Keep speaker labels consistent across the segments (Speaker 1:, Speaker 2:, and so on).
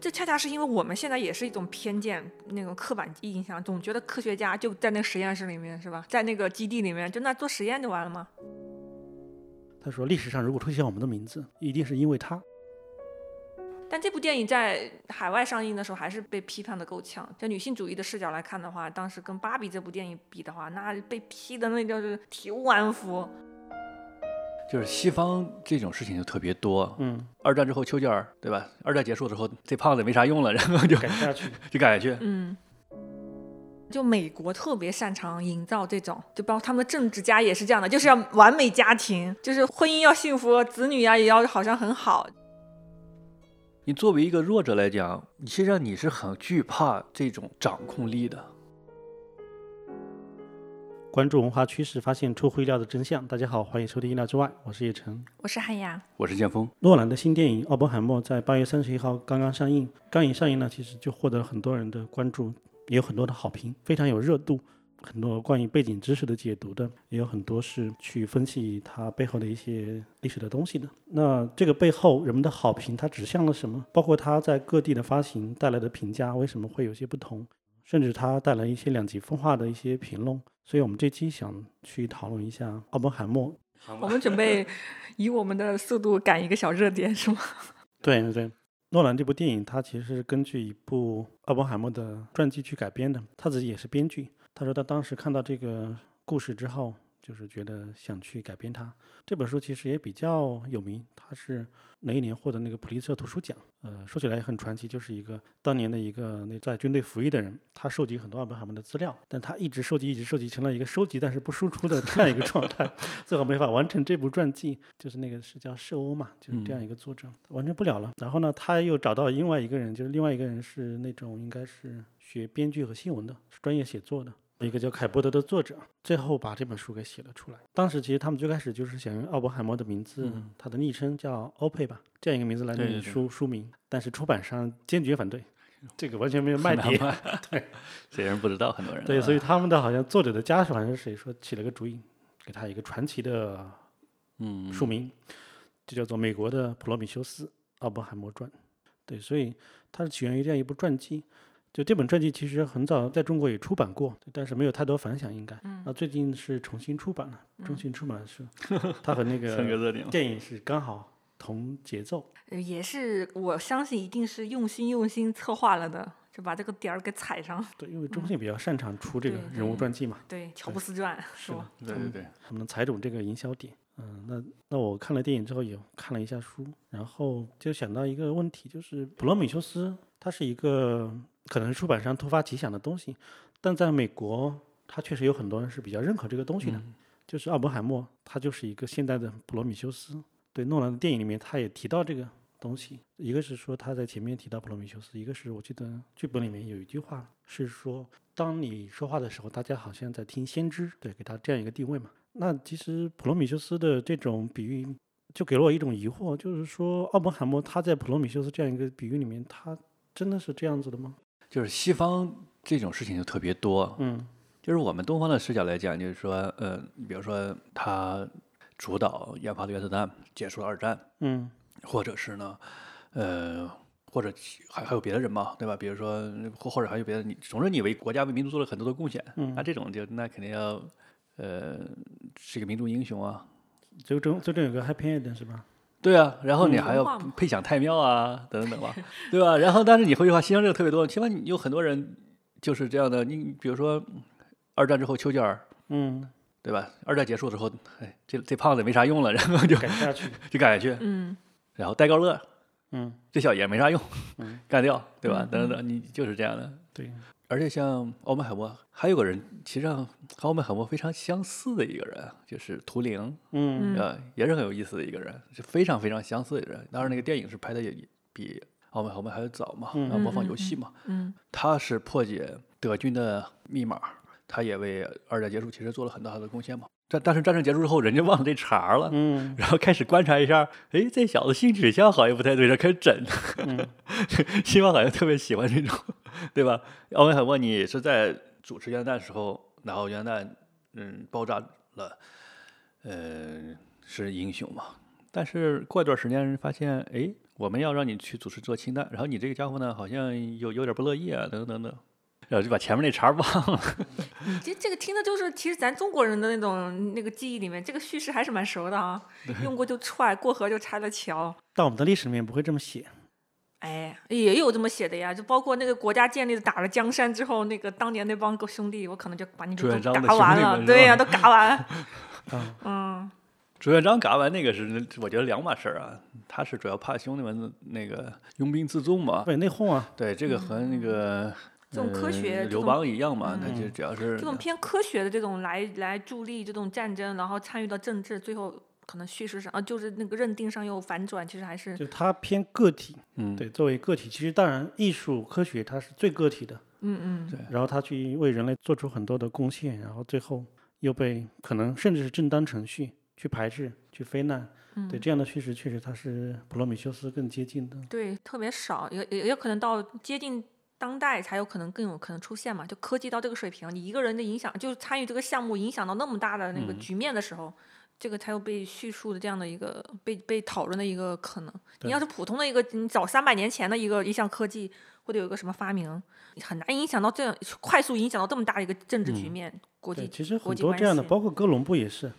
Speaker 1: 这恰恰是因为我们现在也是一种偏见，那种刻板印象，总觉得科学家就在那个实验室里面，是吧？在那个基地里面，就那做实验就完了吗？
Speaker 2: 他说，历史上如果出现我们的名字，一定是因为他。
Speaker 1: 但这部电影在海外上映的时候还是被批判的够呛。在女性主义的视角来看的话，当时跟《芭比》这部电影比的话，那被批的那就是体无完肤。
Speaker 3: 就是西方这种事情就特别多。
Speaker 2: 嗯，
Speaker 3: 二战之后丘吉尔，对吧？二战结束之后，这胖子没啥用了，然后就
Speaker 2: 改不下去。
Speaker 3: 就改去。
Speaker 1: 嗯，就美国特别擅长营造这种，就包括他们的政治家也是这样的，就是要完美家庭，就是婚姻要幸福，子女呀、也要好像很好。
Speaker 3: 你作为一个弱者来讲，你实际上你是很惧怕这种掌控力的。
Speaker 2: 关注文化趋势，发现出乎意料的真相。大家好，欢迎收听《意料之外》，我是叶晨。
Speaker 1: 我是汉阳，
Speaker 3: 我是剑锋，
Speaker 2: 诺兰的新电影《奥本海默》在八月三十一号刚刚上映，刚一上映呢，其实就获得了很多人的关注，也有很多的好评，非常有热度。很多关于背景知识的解读的，也有很多是去分析它背后的一些历史的东西的。那这个背后人们的好评，它指向了什么？包括它在各地的发行带来的评价，为什么会有些不同？甚至它带来一些两极分化的一些评论。所以我们这期想去讨论一下奥本海默。
Speaker 1: 我们准备以我们的速度赶一个小热点， 是吗？
Speaker 2: 对对对，诺兰这部电影它其实是根据一部奥本海默的传记去改编的，他自己也是编剧。他说他当时看到这个故事之后，就是觉得想去改编它。这本书其实也比较有名，它是哪一年获得那个普利策图书奖？呃，说起来也很传奇，就是一个当年的一个那在军队服役的人，他收集很多奥本海默的资料，但他一直收集，一直收集，成了一个收集但是不输出的这样一个状态， 最后没法完成这部传记，就是那个是叫舍欧嘛，就是这样一个作者，完成不了了。然后呢，他又找到另外一个人，就是另外一个人是那种应该是学编剧和新闻的，是专业写作的。一个叫凯伯德的作者，最后把这本书给写了出来。当时其实他们最开始就是想用奥本海默的名字，
Speaker 3: 嗯
Speaker 2: 他的昵称叫欧佩吧，这样一个名字来
Speaker 3: 对
Speaker 2: 命
Speaker 3: 对对哎
Speaker 2: 书书名，但是出版商坚决反对，这个完全没有卖
Speaker 3: 很难
Speaker 2: 点。
Speaker 3: 吧？这人不知道，很多人啊
Speaker 2: 对，所
Speaker 3: 以
Speaker 2: 以他们的好像作者的家属还是谁说起了个主意，给他一个传奇的
Speaker 3: 嗯，
Speaker 2: 书名，就叫做《美国的普罗米修斯：奥本海默传》。对，所以它是起源于这样一部传记。就这本传记其实很早在中国也出版过，但是没有太多反响，应该。
Speaker 1: 嗯
Speaker 2: 那最近是重新出版了，重新出版是，它和那
Speaker 3: 嗯三
Speaker 2: 个
Speaker 3: 个热点嘛。
Speaker 2: 电影是刚好同节奏。
Speaker 1: 呃也是，我相信一定是用心用心策划了的，就把这个点儿给踩上。
Speaker 2: 对，因为中信比较擅长出这个
Speaker 1: 嗯对
Speaker 2: 人物
Speaker 3: 嗯
Speaker 2: 传记嘛，
Speaker 1: 对，乔布斯传是
Speaker 2: 的
Speaker 1: 吧？
Speaker 3: 对对对，
Speaker 2: 他们能踩准这个营销点。嗯，那那我看了电影之后也看了一下书，然后就想到一个问题，就是《普罗米修斯》它是一个可能是出版商突发奇想的东西，但在美国，它确实有很多人是比较认可这个东
Speaker 3: 嗯
Speaker 2: 西的。就是奥本海默，他就是一个现代的普罗米修斯。对，诺兰的电影里面他也提到这个东西，一个是说他在前面提到普罗米修斯，一个是我记得剧本里面有一句话是说，当你说话的时候，大家好像在听先知，对，给他这样一个地位嘛。那其实普罗米修斯的这种比喻，就给了我一种疑惑，就是说奥本海默他在普罗米修斯这样一个比喻里面，他真的是这样子的吗？
Speaker 3: 就是西方这种事情就特别多。
Speaker 2: 嗯
Speaker 3: 就是我们东方的视角来讲，就是说，呃，你比如说他主导研发的原子弹，结束了二战，
Speaker 2: 嗯
Speaker 3: 或者是呢，呃，或者其还还有别的人嘛，对吧？比如说，或或者还有别的，你总之你为国家为民族做了很多的贡献，
Speaker 2: 嗯
Speaker 3: 那，这种就那肯定要，呃，是一个民族英雄啊，
Speaker 2: 最终最终有个 happy end 是吧？
Speaker 3: 对啊，然后你
Speaker 1: 嗯
Speaker 3: 还
Speaker 1: 文
Speaker 3: 要
Speaker 1: 化嘛
Speaker 3: 配享太庙啊，等 等吧，对吧？然后但是你回去的话，新疆这个特别多，起码你有很多人就是这样的，你比如说二战之后丘吉尔。
Speaker 2: 嗯，
Speaker 3: 对吧？二战结束之后，哎，这这胖子没啥用了，然后就
Speaker 2: 改不下去。
Speaker 3: 就赶去，
Speaker 1: 嗯，
Speaker 3: 然后戴高乐
Speaker 2: 嗯
Speaker 3: 这小爷没啥用，
Speaker 2: 嗯
Speaker 3: 干掉，对吧
Speaker 1: 嗯？
Speaker 3: 等等等，你就是这样的。
Speaker 2: 对，
Speaker 3: 而且像奥本海默，还有个人，其实上和奥本海默非常相似的一个人，啊就是图灵，
Speaker 2: 嗯
Speaker 1: 嗯
Speaker 3: 呃，也是很有意思的一个人，是非常非常相似的人。当然，那个电影是拍的也比奥本海默还要早嘛，
Speaker 2: 嗯
Speaker 3: 然后模仿
Speaker 1: 嗯
Speaker 3: 游戏嘛，
Speaker 1: 嗯
Speaker 3: 他是破解德军的密码，他也为二战结束其实做了很大的贡献嘛。但但是战争结束之后，人家忘了这茬儿了。
Speaker 2: 嗯
Speaker 3: 然后开始观察一下，哎，这小子性取向好像不太对，这开始整他。
Speaker 2: 嗯
Speaker 3: 西方好像特别喜欢这种， 对吧？奥本海默，你是在主持元旦时候，然后元旦嗯爆炸了，呃，是英雄嘛？但是过一段时间，人发现，哎，我们要让你去主持做清单，然后你这个家伙呢，好像有有点不乐意啊，等等等，然后就把前面那茬儿忘了。
Speaker 1: 你这这个听的就是，其实咱中国人的那种那个记忆里面，这个叙事还是蛮熟的啊。用过就踹，过河就拆了桥。
Speaker 2: 但我们的历史里面不会这么写。
Speaker 1: 哎，也有这么写的呀，就包括那个国家建立的打了江山之后，那个当年那帮狗兄弟，我可能就把你
Speaker 3: 朱
Speaker 1: 们
Speaker 3: 元
Speaker 1: 都
Speaker 3: 璋的
Speaker 1: 嘎完
Speaker 3: 兄弟
Speaker 1: 了，
Speaker 3: 们是
Speaker 1: 对呀、
Speaker 3: 吧
Speaker 1: 都嘎完了。
Speaker 2: 啊
Speaker 1: 嗯，
Speaker 3: 朱元璋嘎完那个是，我觉得两码事儿啊，他是主要怕兄弟们那个拥兵自重嘛。
Speaker 2: 对，内讧啊，
Speaker 3: 对，这个和那个
Speaker 1: 嗯这种科
Speaker 3: 呃
Speaker 1: 学这
Speaker 3: 刘
Speaker 1: 种
Speaker 3: 邦一样嘛，他
Speaker 2: 嗯
Speaker 3: 就只要是
Speaker 1: 这种偏科学的这种来来助力这种战争，然后参与到政治，最后可能叙事上啊，就是那个认定上又反转，其实还是
Speaker 2: 就它偏个体。
Speaker 3: 嗯，
Speaker 2: 对，作为个体，其实当然艺术科学它是最个体的，
Speaker 1: 嗯嗯，
Speaker 2: 然后它去为人类做出很多的贡献，然后最后又被可能甚至是正当程序去排斥、去非难。
Speaker 1: 嗯
Speaker 2: 对这样的叙事，确实它是普罗米修斯更接近的。
Speaker 1: 对，特别少，也也也有可能到接近当代才有可能更有可能出现嘛。就科技到这个水平，你一个人的影响，就是参与这个项目影响到那么大的那
Speaker 2: 嗯
Speaker 1: 个局面的时候，这个才有被叙述的这样的一个被被讨论的一个可能。你要是普通的一个，你找三百年前的一个一项科技或者有一个什么发明，很难影响到这样快速影响到这么大的一个政治局面。国
Speaker 2: 嗯对，
Speaker 1: 际
Speaker 2: 其实
Speaker 1: 国
Speaker 2: 很
Speaker 1: 际
Speaker 2: 多
Speaker 1: 关
Speaker 2: 这样的，
Speaker 1: 系
Speaker 2: 包括哥伦布也是，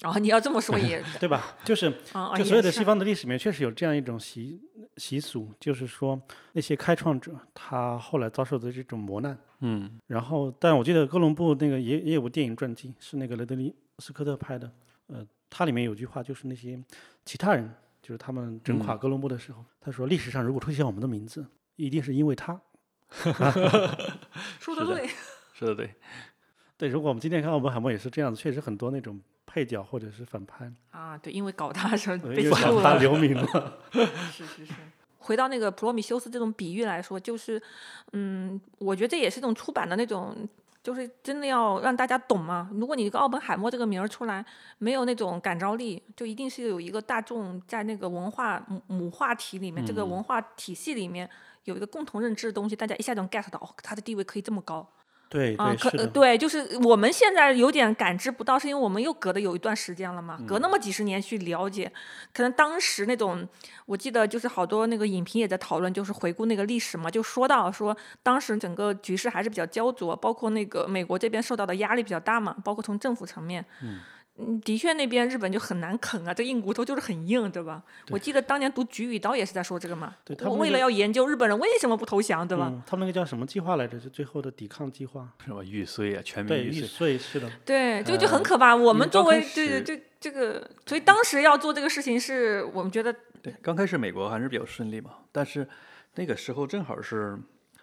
Speaker 1: 然后你要这么说 也，
Speaker 2: 对吧？就是
Speaker 1: 啊、啊也
Speaker 2: 就所有的
Speaker 1: 是
Speaker 2: 西方的历史里面，确实有这样一种习习俗，就是说那些开创者他后来遭受的这种磨难。
Speaker 3: 嗯，
Speaker 2: 然后，但我记得哥伦布那个也也有部电影传记，是那个雷德利·斯科特拍的。呃，它里面有句话，就是那些其他人，就是他们整垮哥伦布的时候，他说：“历史上如果出现我们的名字，一定是因为他。
Speaker 1: 说的
Speaker 3: 是的
Speaker 1: 对，
Speaker 3: 说的对，”
Speaker 2: 对，如果我们今天看奥本海默也是这样子，确实很多那种配角或者是反派，
Speaker 1: 啊，对，因为搞他是
Speaker 2: 呃
Speaker 1: 被
Speaker 2: 因为
Speaker 1: 记录
Speaker 2: 他
Speaker 1: 了。
Speaker 2: 留名了。
Speaker 1: 是是是。回到那个普罗米修斯这种比喻来说，就是，嗯，我觉得这也是一种出版的那种，就是真的要让大家懂嘛。如果你这个奥本海默这个名儿出来，没有那种感召力，就一定是有一个大众在那个文化母母话题里面，这个文化体系里面有一个共同认知的东西，大家一下就能 get 到，哦，他的地位可以这么高。
Speaker 2: 对对、
Speaker 1: 啊，可
Speaker 2: 是
Speaker 1: 呃
Speaker 2: 的，
Speaker 1: 对，就是我们现在有点感知不到，是因为我们又隔的有一段时间了嘛，隔
Speaker 2: 嗯
Speaker 1: 那么几十年去了解，可能当时那种，我记得就是好多那个影评也在讨论，就是回顾那个历史嘛，就说到说当时整个局势还是比较焦灼，包括那个美国这边受到的压力比较大嘛，包括从政府层面，嗯，的确那边日本就很难啃啊，这硬骨头就是很硬，对吧？我记得当年读《菊与刀》也是在说这个嘛，
Speaker 2: 对他
Speaker 1: 我
Speaker 2: 们
Speaker 1: 为
Speaker 2: 那
Speaker 1: 了
Speaker 2: 个
Speaker 1: 要研究日本人为什么不投降，对吧？
Speaker 2: 嗯，他们那个叫什么计划来着？是最后的抵抗计划。
Speaker 3: 什么玉碎啊，全民
Speaker 2: 对，
Speaker 3: 玉
Speaker 2: 玉
Speaker 3: 碎，
Speaker 2: 碎是的，
Speaker 1: 对，就就
Speaker 3: 呃
Speaker 1: 很可怕。我
Speaker 3: 你
Speaker 1: 们
Speaker 3: 刚
Speaker 1: 作为
Speaker 3: 开
Speaker 1: 对
Speaker 3: 始
Speaker 1: 对这个，所以当时要做这个事情，是我们觉得
Speaker 3: 对，刚开始美国还是比较顺利嘛，但是那个时候正好是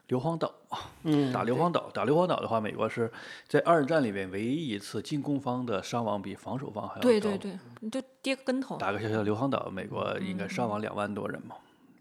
Speaker 3: 硫磺岛，啊
Speaker 2: 嗯，
Speaker 3: 打硫磺岛，打硫磺岛的话，美国是在二战里面唯一一次进攻方的伤亡比防守方还要高。
Speaker 1: 对对对，
Speaker 3: 嗯
Speaker 1: 你就跌个跟头。
Speaker 3: 打个小小硫磺岛，美国应该伤亡两万多人嘛。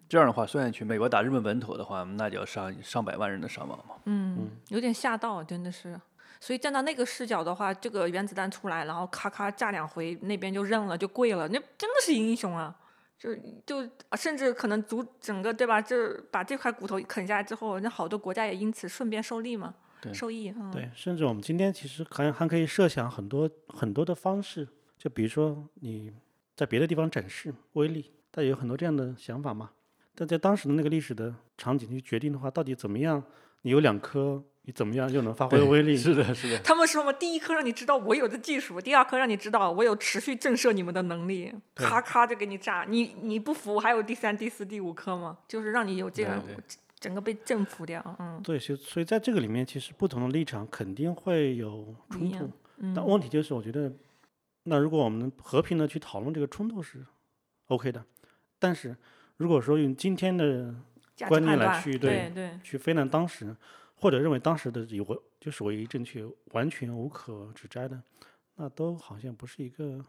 Speaker 3: 这样的话算下去，美国打日本本土的话，那就要上上百万人的伤亡嘛。
Speaker 1: 嗯，有点吓到，真的是。所以站到那个视角的话，这个原子弹出来，然后咔咔炸两回，那边就认了，就跪了，那真的是英雄啊！就就啊甚至可能足整个对吧？就是把这块骨头啃下来之后，那好多国家也因此顺便受利嘛，
Speaker 3: 对
Speaker 1: 受益。嗯，
Speaker 2: 对，甚至我们今天其实还还可以设想很多很多的方式，就比如说你在别的地方展示威力，但有很多这样的想法嘛。但在当时的那个历史的场景去决定的话，到底怎么样？你有两颗，你怎么样又能发挥
Speaker 3: 对
Speaker 2: 威力？
Speaker 3: 是的，是的，
Speaker 1: 他们说嘛，第一课让你知道我有的技术，第二课让你知道我有持续震慑你们的能力，
Speaker 2: 对
Speaker 1: 咔咔就给你炸，你你不服，还有第三、第四、第五课吗？就是让你有这
Speaker 3: 对
Speaker 1: 样
Speaker 3: 对
Speaker 1: 整个被征服掉，嗯
Speaker 2: 对，所以所以在这个里面，其实不同的立场肯定会有
Speaker 1: 不
Speaker 2: 冲
Speaker 1: 一样
Speaker 2: 突。但
Speaker 1: 嗯，
Speaker 2: 问题就是，我觉得，那如果我们和平的去讨论这个冲突是 OK 的，但是如果说用今天的
Speaker 1: 价值
Speaker 2: 观念
Speaker 1: 判
Speaker 2: 来
Speaker 1: 断，
Speaker 2: 去
Speaker 1: 对
Speaker 2: 对
Speaker 1: 对
Speaker 2: 去非难当时，或者认为当时的有为就是唯一正确、完全无可指摘的，那都好像不是一个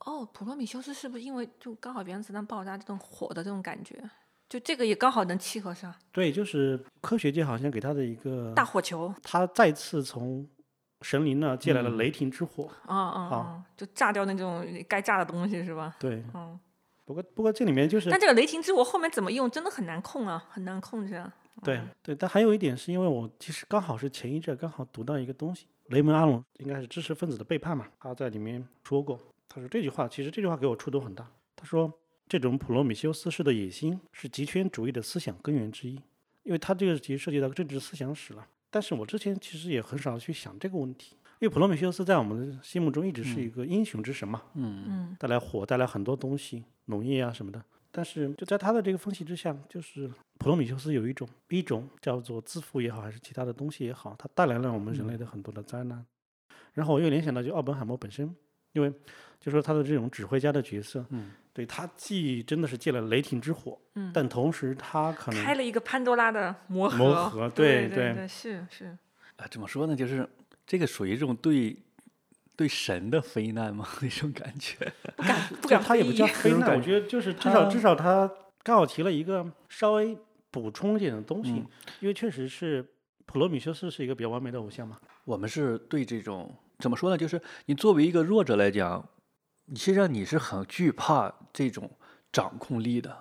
Speaker 1: 哦，普罗米修斯是不是因为就刚好原子弹爆炸这种火的这种感觉，就这个也刚好能契合上
Speaker 2: 对，就是科学界好像给他的一个
Speaker 1: 大，火球，
Speaker 2: 他再次从神灵那借来了
Speaker 3: 嗯
Speaker 2: 雷霆之火，
Speaker 1: 啊啊啊，就炸掉那种该炸的东西是吧？
Speaker 2: 对。
Speaker 1: 嗯，
Speaker 2: 不过不过这里面就是
Speaker 1: 但这个雷霆之火后面怎么用，真的很难控啊，很难控制啊。
Speaker 2: 对对，但还有一点是因为我其实刚好是前一阵儿刚好读到一个东西，雷蒙阿隆应该是知识分子的背叛嘛，他在里面说过，他说这句话，其实这句话给我触动很大。他说这种普罗米修斯式的野心是极权主义的思想根源之一，因为它这个其实涉及到政治思想史了。但是我之前其实也很少去想这个问题，因为普罗米修斯在我们的心目中一直是一个英雄之神嘛，
Speaker 3: 嗯
Speaker 1: 嗯
Speaker 2: 带来火，带来很多东西，农业啊什么的。但是就在他的这个分析之下，就是普罗米修斯有一种一种叫做自负也好，还是其他的东西也好，它带来了我们人类的很多的灾难。然后我又联想到就奥本海默本身，因为就说他的这种指挥家的角色，
Speaker 3: 嗯，
Speaker 2: 对他既真的是借了雷霆之火，
Speaker 1: 嗯，
Speaker 2: 但同时他可能
Speaker 1: 开了一个潘多拉的魔盒。
Speaker 2: 魔盒
Speaker 1: 对
Speaker 2: 对
Speaker 1: 对
Speaker 2: 对
Speaker 1: 是是，
Speaker 3: 啊，怎么说呢？就是这个属于这种对对神的非难吗？ 那种感觉。
Speaker 1: 不敢不
Speaker 2: 就
Speaker 1: 敢
Speaker 2: 他也
Speaker 1: 非
Speaker 2: 不
Speaker 1: 议
Speaker 2: 叫黑
Speaker 3: 种
Speaker 2: 暗，
Speaker 3: 感
Speaker 2: 我觉得就是至少
Speaker 3: 他
Speaker 2: 至少他刚好提了一个稍微补充一点的东西，
Speaker 3: 嗯
Speaker 2: 因为确实是普罗米修斯是一个比较完美的偶像嘛。
Speaker 3: 我们是对这种怎么说呢？就是你作为一个弱者来讲，你实际上你是很惧怕这种掌控力的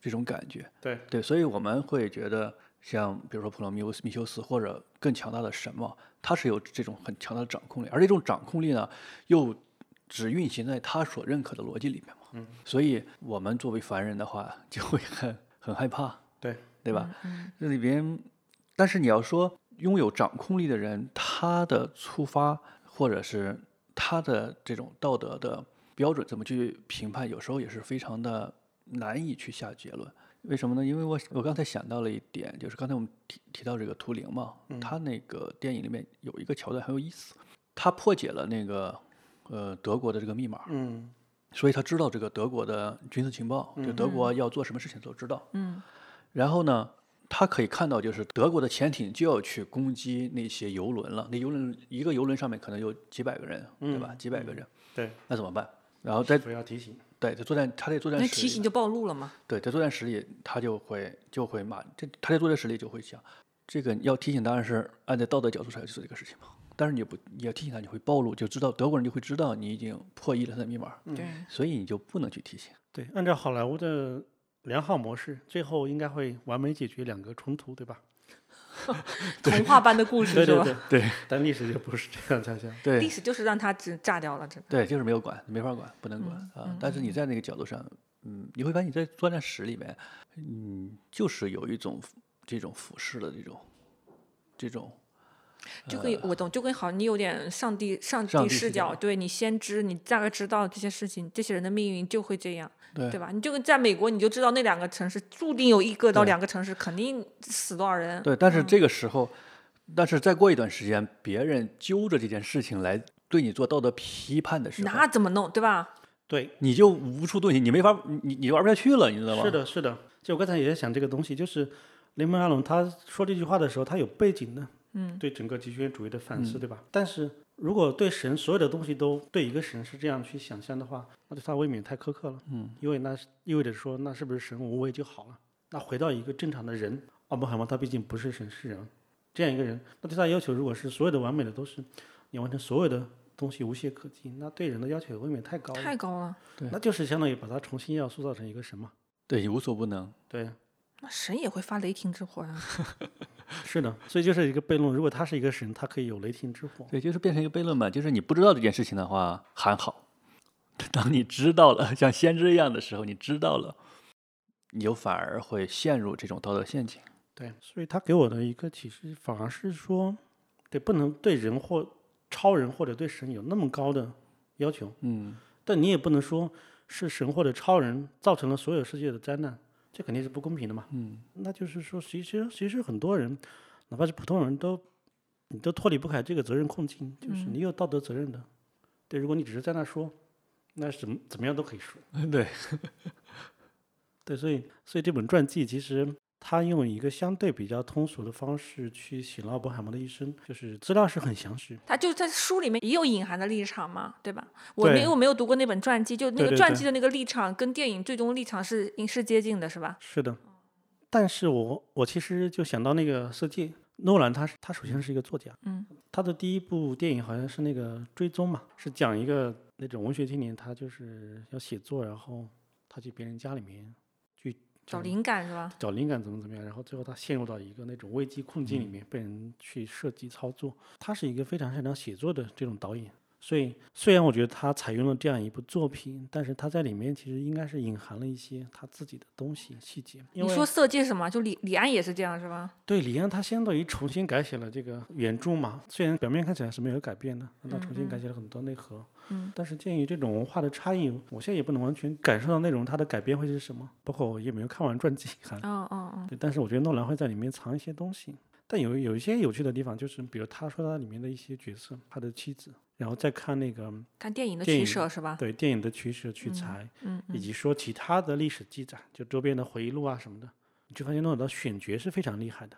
Speaker 3: 这种感觉。
Speaker 2: 对
Speaker 3: 对，所以我们会觉得，像比如说普罗米修斯、米修斯或者更强大的神嘛，他是有这种很强的掌控力，而这种掌控力呢，又只运行在他所认可的逻辑里面嘛。嗯，所以我们作为凡人的话，就会很很害怕，
Speaker 2: 对
Speaker 3: 对吧？
Speaker 1: 嗯
Speaker 3: 这里边，但是你要说拥有掌控力的人，他的出发或者是他的这种道德的标准怎么去评判，有时候也是非常的难以去下结论。为什么呢？因为我我刚才想到了一点，就是刚才我们提提到这个图灵嘛，他那个电影里面有一个桥段很有意思，他破解了那个呃德国的这个密码，
Speaker 2: 嗯
Speaker 3: 所以他知道这个德国的军事情报，就德国要做什么事情都知道。
Speaker 1: 嗯
Speaker 3: 然后呢，他可以看到，就是德国的潜艇就要去攻击那些游轮了。那游轮一个游轮上面可能有几百个人，对
Speaker 1: 嗯
Speaker 3: 吧？几百个人，
Speaker 2: 对，
Speaker 3: 那怎么办？然后在
Speaker 2: 不要提醒。
Speaker 3: 对在作战，他在作战
Speaker 1: 那
Speaker 3: 室
Speaker 1: 提醒
Speaker 3: 里，
Speaker 1: 就暴露了嘛。
Speaker 3: 对在作战室里，他就会就会骂这，他在作战室里就会想，这个要提醒当然是按照道德角度上去做这个事情嘛。但是你不，你要提醒他，你会暴露，就知道德国人就会知道你已经破译了他的密码，
Speaker 1: 对，
Speaker 3: 所以你就不能去提醒。
Speaker 2: 对，按照好莱坞的良好模式，最后应该会完美解决两个冲突，对吧？
Speaker 1: 童话般的故事
Speaker 2: 对
Speaker 1: 是
Speaker 2: 对
Speaker 1: 吧？
Speaker 2: 对
Speaker 3: 对
Speaker 2: 但历史就不是这样，恰恰。
Speaker 1: 历
Speaker 3: 对
Speaker 1: 史就是让他只炸掉了，真的。
Speaker 3: 对，就是没有管，没法管，不能管
Speaker 1: 嗯
Speaker 3: 啊。但是你在那个角度上，嗯，你会发现你在作战室里面，嗯，就是有一种这种俯视的这种，这种
Speaker 1: 就跟我懂，就跟好，你有点上帝上
Speaker 3: 上
Speaker 1: 帝
Speaker 3: 帝
Speaker 1: 视
Speaker 3: 视
Speaker 1: 角，
Speaker 3: 角
Speaker 1: 对你先知，你大概知道这些事情，这些人的命运就会这样，
Speaker 3: 对
Speaker 1: 对吧？你就跟在美国，你就知道那两个城市注定有一个到
Speaker 3: 对
Speaker 1: 两个城市肯定死多少人，
Speaker 3: 对。但是这个时候，但是再过一段时间，别人揪着这件事情来对你做道德批判的时候
Speaker 1: 那，怎么弄，对吧？
Speaker 2: 对，
Speaker 3: 你就无处遁形，你没法，你你你玩不下去了，你知道吗？
Speaker 2: 是，的，是的。就我刚才也在想这个东西，就是雷蒙·阿隆他说这句话的时候，他有背景的，
Speaker 1: 嗯，
Speaker 2: 对整个极权主义的反思，对吧？但是如果对神所有的东西都对一个神是这样去想象的话，那对他未免太苛刻了，嗯，因为那是意味着说，那是不是神无为就好了？那回到一个正常的人，奥本海默他毕竟不是神，是人，这样一个人，那对他要求如果是所有的完美的都是你完成所有的东西无懈可击，那对人的要求也未免太高了，
Speaker 1: 太高了，
Speaker 3: 对
Speaker 2: 那就是相当于把他重新要塑造成一个神嘛，
Speaker 3: 对，你无所不能。
Speaker 2: 对。
Speaker 1: 那神也会发雷霆之火呀、
Speaker 2: 是的，所以就是一个悖论。如果他是一个神，他可以有雷霆之火。
Speaker 3: 对，就是变成一个悖论嘛，就是你不知道这件事情的话还好， 当你知道了，像先知一样的时候，你知道了，你就反而会陷入这种道德陷阱。
Speaker 2: 对，所以他给我的一个启示，反而是说，对，不能对人或超人或者对神有那么高的要求，
Speaker 3: 嗯，
Speaker 2: 但你也不能说是神或者超人造成了所有世界的灾难，这肯定是不公平的嘛。
Speaker 3: 嗯，
Speaker 2: 那就是说，其实其实很多人，哪怕是普通人都，你都脱离不开这个责任困境，就是你有道德责任的。对，如果你只是在那说，那怎么怎么样都可以说。
Speaker 3: 对，
Speaker 2: 对，所以所以这本传记其实他用一个相对比较通俗的方式去写了奥本海默的一生，就是资料是很详实。
Speaker 1: 他就在书里面也有隐含的立场嘛，对吧？我
Speaker 2: 对
Speaker 1: 没有没有读过那本传记，就那
Speaker 2: 对
Speaker 1: 个
Speaker 2: 对
Speaker 1: 传
Speaker 2: 对
Speaker 1: 记的那个立场跟电影最终立场是是接近的，是吧？
Speaker 2: 是的，但是我我其实就想到那个《色戒》，诺兰他是他首先是一个作家，
Speaker 1: 嗯，
Speaker 2: 他的第一部电影好像是那个《追踪》嘛，是讲一个那种文学青年，他就是要写作，然后他去别人家里面去
Speaker 1: 找
Speaker 2: 就
Speaker 1: 灵感是吧？
Speaker 2: 找灵感怎么怎么样，然后最后他陷入到一个那种危机困境里面，被人去设计操作。他是一个非常擅长写作的这种导演，所以，虽然我觉得他采用了这样一部作品，但是他在里面其实应该是隐含了一些他自己的东西细节。
Speaker 1: 你
Speaker 2: 因为
Speaker 1: 说《色戒》什么？就李李安也是这样是吧？
Speaker 2: 对李安，他相当于重新改写了这个原著嘛，虽然表面看起来是没有改变的，但他重新改写了很多内核。
Speaker 1: 嗯，
Speaker 2: 但是鉴于这种文化的差异，我现在也不能完全感受到内容它的改变会是什么，包括我也没有看完传记， 还
Speaker 1: 嗯嗯嗯，
Speaker 2: 对，但是我觉得诺兰会在里面藏一些东西。但有有一些有趣的地方，就是比如他说他里面的一些角色，他的妻子，然后再看那个
Speaker 1: 看电影的
Speaker 2: 电
Speaker 1: 取
Speaker 2: 影
Speaker 1: 舍是吧？
Speaker 2: 对电影的取舍取
Speaker 1: 嗯
Speaker 2: 材，
Speaker 1: 嗯嗯
Speaker 2: 以及说其他的历史记载，就周边的回忆录啊什么的，你就发现诺兰的选角是非常厉害的。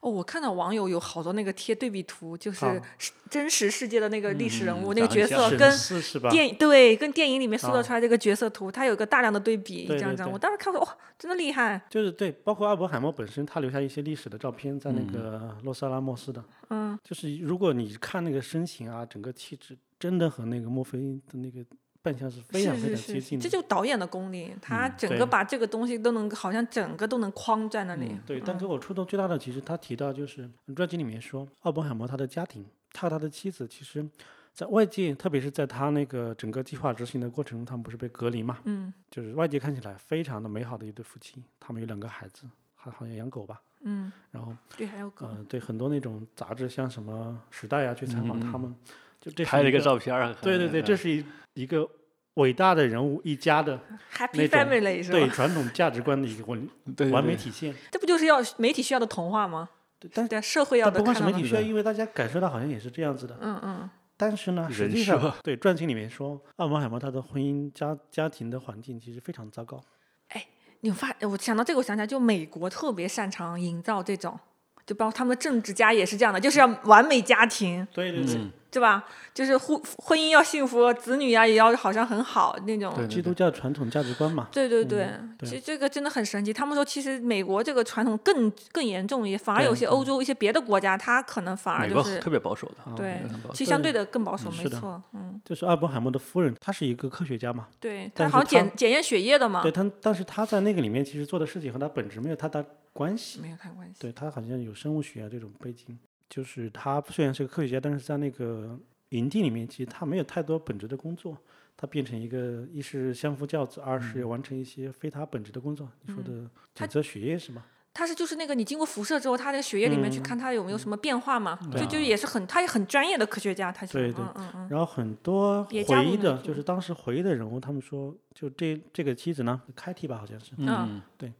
Speaker 1: 哦，我看到网友有好多那个贴对比图，就是
Speaker 2: 啊
Speaker 1: 是真实世界的那个历史人物、
Speaker 3: 嗯
Speaker 1: 那个
Speaker 3: 长
Speaker 1: 角色
Speaker 2: 是
Speaker 3: 得像
Speaker 1: 跟
Speaker 2: 是是吧？
Speaker 1: 电对跟电影里面塑造
Speaker 2: 啊
Speaker 1: 出来这个角色图，它有一个大量的对比，
Speaker 2: 对
Speaker 1: 这样
Speaker 2: 对
Speaker 1: 这样。
Speaker 2: 对
Speaker 1: 我当时看说哇，真的厉害，
Speaker 2: 就是对，包括阿伯海默本身，他留下一些历史的照片在那个洛斯阿拉莫斯的。
Speaker 1: 嗯，
Speaker 2: 就是如果你看那个身形啊，整个气质，真的和那个墨菲的那个扮相是非常
Speaker 1: 是
Speaker 2: 非
Speaker 1: 是
Speaker 2: 常
Speaker 1: 是
Speaker 2: 接
Speaker 1: 是，
Speaker 2: 近的。
Speaker 1: 这就导演的功力，他
Speaker 3: 嗯
Speaker 1: 整个
Speaker 2: 对
Speaker 1: 把这个东西都能好像整个都能框在那里。
Speaker 3: 嗯
Speaker 2: 对，但给我触动最大的，其实他提到就是嗯专辑里面说，奥本海默他的家庭，他和他的妻子，其实，在外界，特别是在他那个整个计划执行的过程中，他们不是被隔离嘛，
Speaker 1: 嗯
Speaker 2: 就是外界看起来非常的美好的一对夫妻，他们有两个孩子，还好像养狗吧，
Speaker 1: 嗯，
Speaker 2: 然后
Speaker 1: 对，还有个
Speaker 2: 呃，对很多那种杂志，像什么《时代》啊，去采访他
Speaker 3: 嗯嗯
Speaker 2: 们，就这是
Speaker 3: 拍了
Speaker 2: 一
Speaker 3: 一个，照片嗯儿，
Speaker 2: 对对对，这是一一个伟大的人物一家的
Speaker 1: Happy
Speaker 2: 那种
Speaker 1: Family 是
Speaker 2: 对
Speaker 1: 吧？
Speaker 2: 传统价值观的一个完
Speaker 3: 嗯对
Speaker 2: 完美体现。
Speaker 1: 这不就是要媒体需要的童话吗？
Speaker 2: 对，但是
Speaker 1: 对，社会要
Speaker 2: 但
Speaker 1: 的
Speaker 2: 不光
Speaker 1: 看
Speaker 2: 是
Speaker 1: 到的
Speaker 2: 媒体需要，因为大家感受到好像也是这样子的。
Speaker 1: 嗯嗯
Speaker 2: 但是呢，实
Speaker 3: 人
Speaker 2: 际上
Speaker 3: 设
Speaker 2: 对传记里面说，奥本海默他的婚姻家家庭的环境其实非常糟糕。
Speaker 1: 你发，我想到这个，我想起来，就美国特别擅长营造这种，就包括他们的政治家也是这样的，就是要完美家庭，
Speaker 2: 对对
Speaker 3: 嗯，
Speaker 1: 对吧？就是婚婚姻要幸福，子女呀、也要好像很好那种。
Speaker 3: 对
Speaker 2: 基督教传统价值观嘛，
Speaker 1: 对对对，
Speaker 2: 嗯对
Speaker 1: 其实这个真的很神奇。他们说，其实美国这个传统更更严重一些，反而有
Speaker 2: 对嗯
Speaker 1: 些欧洲一些别的国家，它可能反而
Speaker 3: 美
Speaker 1: 啊就
Speaker 3: 国
Speaker 1: 是嗯
Speaker 3: 特别保守的，
Speaker 1: 对
Speaker 3: 美国很保，守
Speaker 1: 其实相对的更保守，
Speaker 2: 嗯
Speaker 1: 没
Speaker 2: 是的
Speaker 1: 错，嗯，
Speaker 2: 就是奥本海默的夫人，她是一个科学家嘛，
Speaker 1: 对，它
Speaker 2: 但是
Speaker 1: 好像
Speaker 2: 它
Speaker 1: 检检验血液的嘛
Speaker 2: 对，他，但是他在那个里面其实做的事情和他本质没有太大关系。
Speaker 1: 没有看关系。
Speaker 2: 对他好像有生物学啊这种背景，就是他虽然是个科学家，但是在那个营地里面，其实他没有太多本职的工作，他变成一个一是相夫教子，二是完成一些非他本职的工作。你说的
Speaker 1: 嗯他
Speaker 2: 检测血液是吗？
Speaker 1: 它是就是那个你经过辐射之后，它那个血液里面去
Speaker 2: 嗯啊
Speaker 1: 看它有没有什么变化嘛，
Speaker 3: 对
Speaker 1: 就就也是很，他也很专业的科学家，他是
Speaker 2: 对对
Speaker 1: 嗯嗯嗯，
Speaker 2: 然后很多
Speaker 1: 也加
Speaker 2: 回
Speaker 1: 入
Speaker 2: 忆
Speaker 1: 了这
Speaker 2: 的，就
Speaker 1: 个
Speaker 2: 是当时回忆的人物，他们说，就这这个妻子呢，开替吧，好像是，
Speaker 1: 嗯
Speaker 3: 嗯，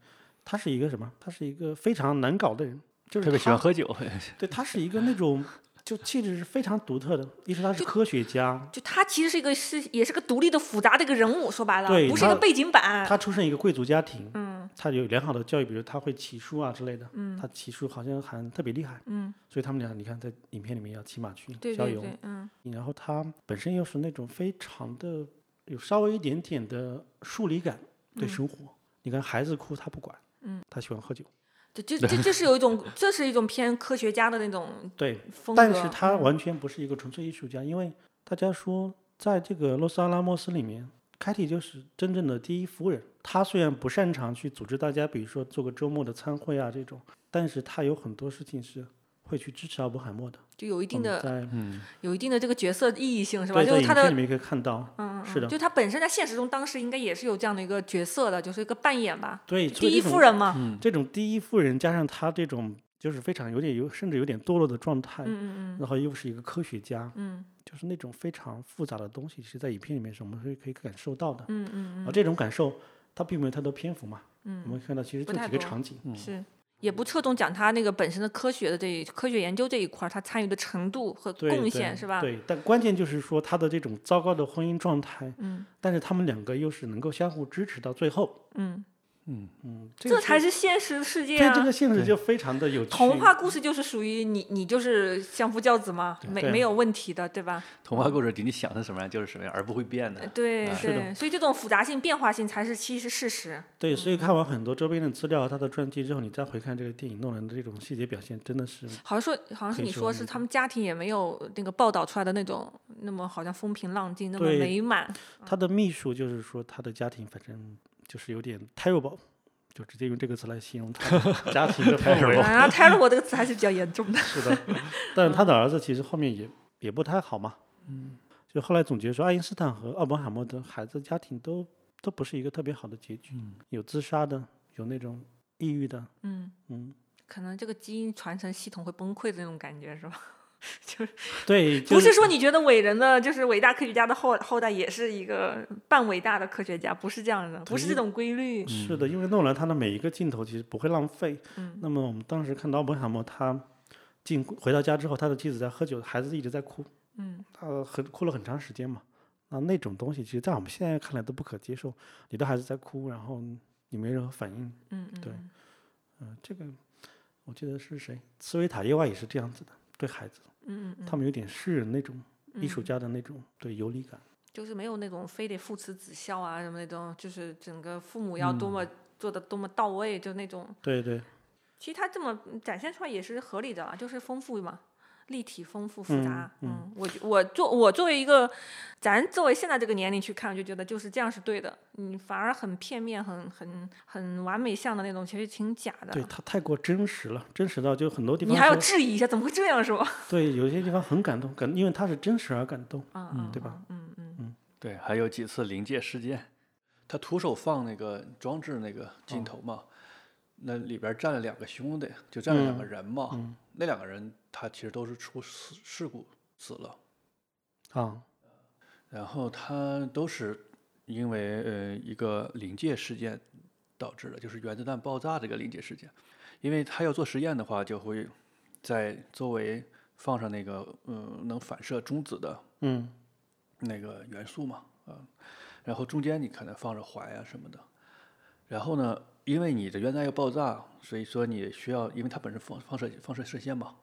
Speaker 2: 她是一个什么？她是一个非常难搞的人，就是
Speaker 3: 特别喜欢
Speaker 2: 她
Speaker 3: 喝酒，
Speaker 2: 对，他是一个那种 就气质是非常独特的，一是他是
Speaker 1: 就
Speaker 2: 科学家，
Speaker 1: 就他其实是一个是也是个独立的复杂的一个人物，说白了，
Speaker 2: 对
Speaker 1: 不是一个
Speaker 2: 它
Speaker 1: 背景板。
Speaker 2: 他出身一个贵族家庭，
Speaker 1: 嗯
Speaker 2: 他有良好的教育，比如他会骑术啊之类的，
Speaker 1: 嗯
Speaker 2: 他骑术好像还特别厉害，
Speaker 1: 嗯，
Speaker 2: 所以他们俩你看在影片里面要骑马去
Speaker 1: 对
Speaker 2: 郊
Speaker 1: 对
Speaker 2: 游，
Speaker 1: 对，嗯
Speaker 2: 然后他本身又是那种非常的有稍微一点点的疏离感对
Speaker 1: 嗯
Speaker 2: 生活，你看孩子哭他不管，
Speaker 1: 嗯，
Speaker 2: 他喜欢喝酒，
Speaker 1: 对，这这这是有一种，这是一种偏科学家的那种
Speaker 2: 对，
Speaker 1: 风格。嗯
Speaker 2: 但是他完全不是一个纯粹艺术家，因为大家说，在这个洛斯阿拉莫斯里面，凯蒂就是真正的第一夫人。她虽然不擅长去组织大家，比如说做个周末的餐会啊这种，但是她有很多事情是会去支持奥本海默的。
Speaker 1: 就有一
Speaker 2: 一
Speaker 1: 定的
Speaker 2: 在
Speaker 3: 嗯，
Speaker 1: 有一定的这个角色意义性是吧？
Speaker 2: 对
Speaker 1: 就
Speaker 2: 在
Speaker 1: 是
Speaker 2: 影
Speaker 1: 他
Speaker 2: 片
Speaker 1: 的
Speaker 2: 里面可以看到，
Speaker 1: 嗯，嗯
Speaker 2: 是的
Speaker 1: 就他本身在现实中当时应该也是有这样的一个角色的，就是一个扮演吧，
Speaker 2: 对
Speaker 1: 第一夫。人嘛。
Speaker 2: 所以这种这种第一夫人加上她这种就是非常有点有甚至有点堕落的状态，
Speaker 1: 嗯嗯嗯
Speaker 2: 然后又是一个科学家，
Speaker 1: 嗯
Speaker 2: 就是那种非常复杂的东西，是在影片里面是我们会可以感受到的。
Speaker 1: 嗯嗯
Speaker 2: 啊而这种感受，它并没有太多篇幅嘛。
Speaker 1: 嗯
Speaker 2: 我们看到其实
Speaker 1: 不
Speaker 2: 就
Speaker 1: 太
Speaker 2: 几个
Speaker 1: 多
Speaker 2: 场景，
Speaker 1: 嗯，是。也不侧重讲他那个本身的科学的这一科学研究这一块儿，他参与的程度和
Speaker 2: 对
Speaker 1: 贡
Speaker 2: 对
Speaker 1: 献是吧？
Speaker 2: 对，但关键就是说他的这种糟糕的婚姻状态，
Speaker 1: 嗯
Speaker 2: 但是他们两个又是能够相互支持到最后，
Speaker 1: 嗯，
Speaker 3: 嗯，
Speaker 2: 嗯，这
Speaker 1: 这
Speaker 2: 个
Speaker 1: 才
Speaker 2: 是
Speaker 1: 是现实世界
Speaker 2: 对
Speaker 1: 啊！
Speaker 2: 这个性质
Speaker 3: 对
Speaker 2: 就非常的有趣。
Speaker 1: 童话故事就是属于你，你就是相夫教子嘛，没
Speaker 2: 对啊
Speaker 1: 没有问题的，对吧？
Speaker 3: 童话故事里你想的什么样就是什么样，而不会变的。
Speaker 1: 呃对
Speaker 2: 啊是
Speaker 1: 对，所以这种复杂性、变化性才是其实事实。
Speaker 2: 对，所以
Speaker 1: 嗯
Speaker 2: 看完很多周边的资料，他的传记之后，你再回看这个电影，诺兰的这种细节表现真的是
Speaker 1: 好像说，好像是
Speaker 2: 可以
Speaker 1: 你
Speaker 2: 说
Speaker 1: 说
Speaker 2: 那
Speaker 1: 是
Speaker 2: 个
Speaker 1: 他们家庭也没有那个报道出来的那种，那么好像风平浪静，那么
Speaker 2: 对
Speaker 1: 美 满。
Speaker 2: 他的秘书就是说他的家庭反正就是有点 terrible，就直接用这个词来形容他的家庭的氛围。
Speaker 1: 啊然 后 terrible 这个词还是比较严重的。
Speaker 2: 是的，但是他的儿子其实后面也也不太好嘛，
Speaker 1: 嗯
Speaker 2: 就后来总结说，爱因斯坦和奥本海默的孩子家庭都都不是一个特别好的结局，有自杀的，有那种抑郁的，
Speaker 1: 嗯，
Speaker 2: 嗯，
Speaker 1: 可能这个基因传承系统会崩溃的那种感觉是吧？就是
Speaker 2: 对，就
Speaker 1: 不是说你觉得伟人的就是伟大科学家的后后代也是一个半伟大的科学家，不是这样的，不是这种规律。
Speaker 2: 是的，因为诺兰他的每一个镜头其实不会浪费。
Speaker 1: 嗯
Speaker 2: 那么我们当时看到奥本海默他进回到家之后，他的妻子在喝酒，孩子一直在哭，
Speaker 1: 嗯
Speaker 2: 他很哭了很长时间嘛。那那种东西，其实在我们现在看来都不可接受。你的孩子在哭，然后你没任何反应，
Speaker 1: 嗯嗯，
Speaker 2: 对嗯、这个我记得是谁，茨维塔耶娃也是这样子的，对孩子，
Speaker 1: 嗯嗯嗯，
Speaker 2: 他们有点诗人那种、艺术
Speaker 1: 嗯
Speaker 2: 家的那种对游离感。
Speaker 1: 就是没有那种非得父慈子孝啊什么那种，就是整个父母要
Speaker 2: 嗯
Speaker 1: 多么、做的多么到位，就那种。
Speaker 2: 对对，
Speaker 1: 其实他这么展现出来也是合理的啦，就是丰富嘛，立体、丰富、复杂。
Speaker 2: 嗯
Speaker 1: 嗯，我觉我作我作为一个，咱作为现在这个年龄去看，我就觉得就是这样是对的。你反而很片面、很很很完美像的那种，其实挺假
Speaker 2: 对
Speaker 1: 的。
Speaker 2: 他太过真实了，真实到就很多地方
Speaker 1: 你还要
Speaker 2: 说
Speaker 1: 质疑一下，怎么会这样是 吧？
Speaker 2: 对有些地方很感动，感因为他是真实而感动。
Speaker 1: 啊、嗯
Speaker 2: 对吧？
Speaker 1: 嗯嗯
Speaker 3: 对，还有几次临界事件，他徒手放那个装置那个镜头嘛，那里边站了两个兄弟，就站了两个人嘛，那两个人他其实都是出事事故死了，
Speaker 2: 啊，
Speaker 3: 然后他都是因为呃一个临界事件导致的，就是原子弹爆炸这个临界事件，因为他要做实验的话，就会在周围放上那个嗯、呃能反射中子的
Speaker 2: 嗯
Speaker 3: 那个元素嘛，嗯，然后中间你可能放着环呀、什么的，然后呢，因为你的原子弹要爆炸，所以说你需要，因为它本身放放射放射射线嘛，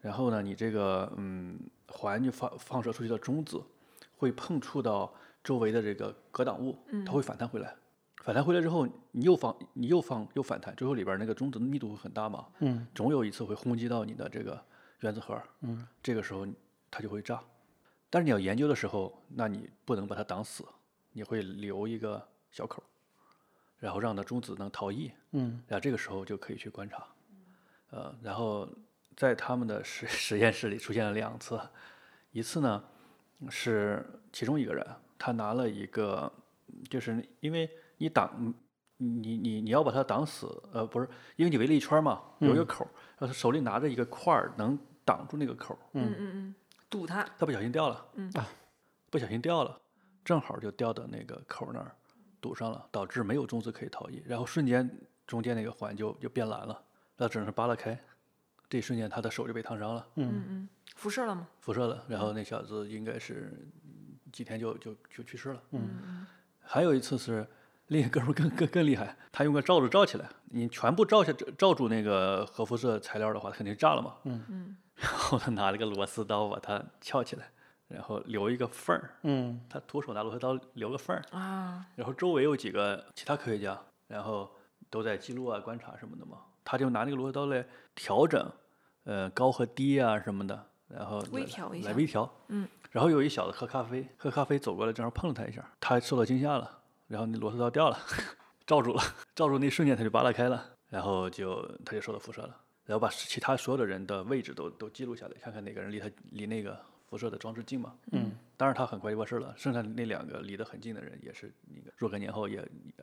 Speaker 3: 然后呢，你这个嗯环就放放射出去的中子会碰触到周围的这个隔挡物，它会反弹回来，反弹回来之后，你又放你又放又反弹，最后里边儿那个中子的密度会很大嘛，
Speaker 2: 嗯，
Speaker 3: 总有一次会轰击到你的这个原子核，嗯，这个时候它就会炸。但是你要研究的时候，那你不能把它挡死，你会留一个小口儿，然后让它中子能逃逸。
Speaker 2: 嗯，
Speaker 3: 然后这个时候就可以去观察。呃，然后在他们的实 实验室里出现了两次，一次呢是其中一个人他拿了一个，就是因为你挡你你你要把它挡死，呃，不是因为你围了一圈儿嘛，有一个口儿，然后他手里拿着一个块儿能挡住那个口儿，
Speaker 1: 嗯嗯嗯，堵他。
Speaker 3: 他不小心掉了，
Speaker 1: 嗯
Speaker 2: 啊，
Speaker 3: 不小心掉了，正好就掉到那个口儿那儿堵上了，导致没有中子可以逃逸，然后瞬间中间那个环就就变蓝了，那只能是扒拉开，这一瞬间他的手就被烫伤了，
Speaker 1: 嗯嗯，辐射了吗？
Speaker 3: 辐射了，然后那小子应该是几天就就就去世了。
Speaker 1: 嗯嗯
Speaker 3: 还有一次是另一个哥们儿更更更厉害，他用个罩子罩起来，你全部罩下罩住那个核辐射材料的话，它肯定炸了嘛。
Speaker 1: 嗯
Speaker 3: 然后他拿了个螺丝刀把它撬起来，然后留一个缝儿，
Speaker 2: 嗯
Speaker 3: 他徒手拿螺丝刀留个缝儿，
Speaker 1: 啊，
Speaker 3: 然后周围有几个其他科学家，然后都在记录啊、观察什么的嘛，他就拿那个螺丝刀来调整，呃，高和低啊什么的，然后
Speaker 1: 微
Speaker 3: 来
Speaker 1: 调一
Speaker 3: 来
Speaker 1: 下
Speaker 3: 微调，
Speaker 1: 嗯。然
Speaker 3: 然后有一小子喝咖啡，喝咖啡走过来，正好碰了他一下，他受到惊吓了，然后那螺丝刀掉了， 罩住了，罩住那瞬间他就扒拉开了，然后就他就受到辐射了，然后把其他所有的人的位置都都记录下来，看看哪个人离他离那个辐射的装置近嘛。
Speaker 2: 嗯，
Speaker 3: 当然他很快就过世了，剩下那两个离得很近的人也是那个若干年后也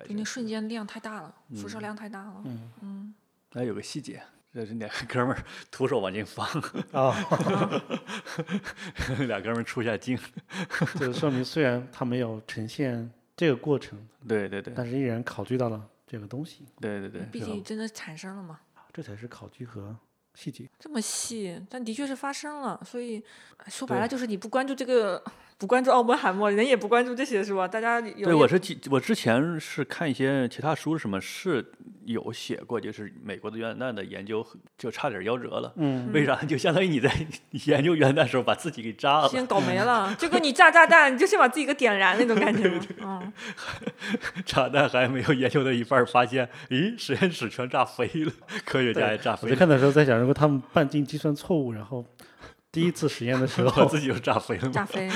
Speaker 1: 就那瞬间量太大了，辐射量太大了。嗯嗯，
Speaker 3: 还哎有个细节，这是两个哥们儿徒手往进放，
Speaker 2: 啊，
Speaker 3: 俩哥们儿出一下镜，
Speaker 2: 这说明虽然他没有呈现这个过程，
Speaker 3: 对对对
Speaker 2: 但是依然考据到了这个东西，
Speaker 3: 对对对，
Speaker 1: 毕
Speaker 3: 是啊
Speaker 1: 竟真的产生了嘛，
Speaker 2: 这才是考据和细节。
Speaker 1: 这么细，但的确是发生了。所以说白
Speaker 2: 对
Speaker 1: 了就是你不关注这个，不关注奥本海默，人也不关注这些是吧？大家有一
Speaker 3: 对，我是记，我之前是看一些其他书，什么是有写过，就是美国的原子弹的研究很就差点夭折了。
Speaker 2: 嗯，
Speaker 3: 为啥？就相当于你在 研究原子弹的时候把自己给炸了，
Speaker 1: 先搞没了， 就跟你炸炸弹，你就先把自己给点燃那种感觉嘛。嗯，
Speaker 3: 炸弹还没有研究到一半儿，发现咦，实验室全炸飞 了，科学家也炸
Speaker 2: 我
Speaker 3: 飞
Speaker 2: 在
Speaker 3: 了，
Speaker 2: 看的时候在想，如果他们半径计算错误，然后第一次实验的时
Speaker 3: 我
Speaker 2: 候，
Speaker 3: 自己就炸飞了嘛。
Speaker 1: 嗯炸飞，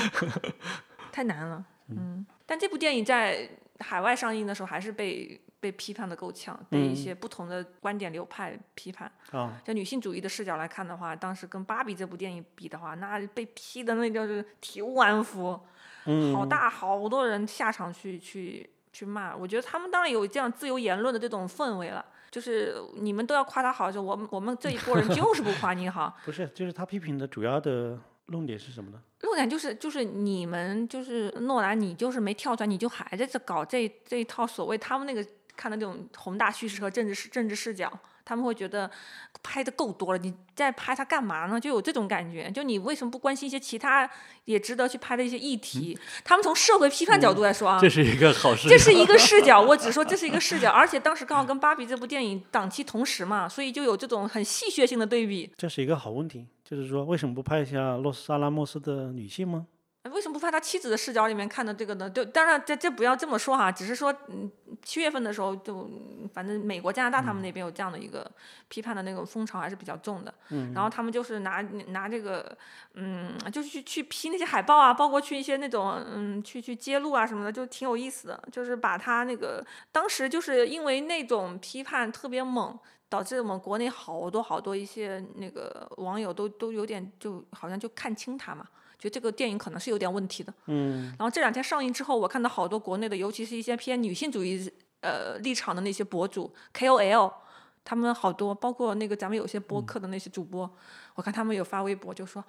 Speaker 1: 太难了。嗯，但这部电影在海外上映的时候还是被被批判的够呛，
Speaker 3: 嗯
Speaker 1: 被一些不同的观点流派批判。
Speaker 2: 啊，
Speaker 1: 就女性主义的视角来看的话，当时跟《芭比》这部电影比的话，那被批的那就是体无完肤，
Speaker 2: 嗯，
Speaker 1: 好大好多人下场去去去骂。我觉得他们当然有这样自由言论的这种氛围了，就是你们都要夸他好，就我们我们这一波人就是不夸你好。
Speaker 2: 不是，就是他批评的主要的论点是什么呢？
Speaker 1: 重点就是就是你们就是诺兰，你就是没跳出来，你就还在这搞这这一套所谓他们那个看的那种宏大叙事和政治视政治视角，他们会觉得拍的够多了，你再拍它干嘛呢？就有这种感觉，就你为什么不关心一些其他也值得去拍的一些议题？他们从社会批判角度来说啊，
Speaker 3: 这是一个好事情。
Speaker 1: 这是一个视角，我只说这是一个视角，而且当时刚好跟《芭比》这部电影档期同时嘛，所以就有这种很戏谑性的对比。
Speaker 2: 这是一个好问题，就是说为什么不拍一下洛斯阿拉莫斯的女性吗？
Speaker 1: 哎为什么不拍他妻子的视角里面看的这个呢？就当然这这不要这么说哈，只是说嗯，七月份的时候就嗯反正美国、加拿大
Speaker 2: 嗯
Speaker 1: 他们那边有这样的一个批判的那种风潮还是比较重的。
Speaker 2: 嗯，
Speaker 1: 然后他们就是拿拿这个嗯，就是去去批那些海报啊，包括去一些那种嗯，去去揭露啊什么的，就挺有意思的。就是把他那个当时就是因为那种批判特别猛，导致我们国内好多好多一些那个网友都都有点就好像就看清他嘛，觉得这个电影可能是有点问题的。
Speaker 2: 嗯，
Speaker 1: 然后这两天上映之后，我看到好多国内的，尤其是一些偏女性主义呃立场的那些博主 KOL，他们好多，包括那个咱们有些播客的那些主播，我看他们有发微博就说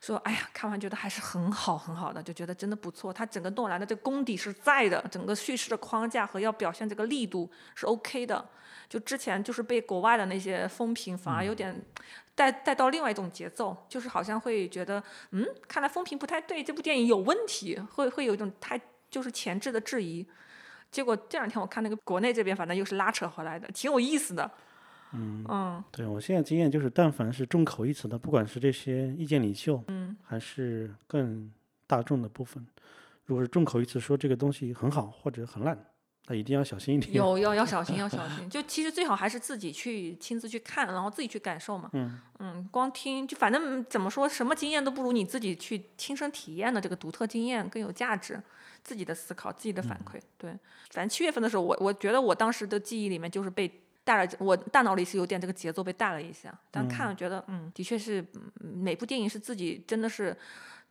Speaker 1: 说，哎呀，看完觉得还是很好很好的，就觉得真的不错。他整个诺兰的这个功底是在的，整个叙事的框架和要表现这个力度是 OK 的。就之前就是被国外的那些风评反而有点带带到另外一种节奏，就是好像会觉得，嗯，看来风评不太对，这部电影有问题，会会有一种太就是前置的质疑。结果这两天我看那个国内这边，反正又是拉扯回来的，挺有意思的。嗯
Speaker 2: 对我现在经验就是，但凡是重口一词的，不管是这些意见领袖，嗯，还是更大众的部分，如果是重口一词说这个东西很好或者很烂，那一定要小心一点。
Speaker 1: 有要 要小心，要小心。就其实最好还是自己去亲自去看，然后自己去感受嘛。
Speaker 2: 嗯
Speaker 1: 光听就反正怎么说，什么经验都不如你自己去亲身体验的这个独特经验更有价值。自己的思考，自己的反馈，
Speaker 2: 嗯
Speaker 1: 对。反正七月份的时候，我我觉得我当时的记忆里面就是被带了，我大脑里是有点这个节奏被带了一下，但看了觉得，嗯，的确是嗯每部电影是自己真的是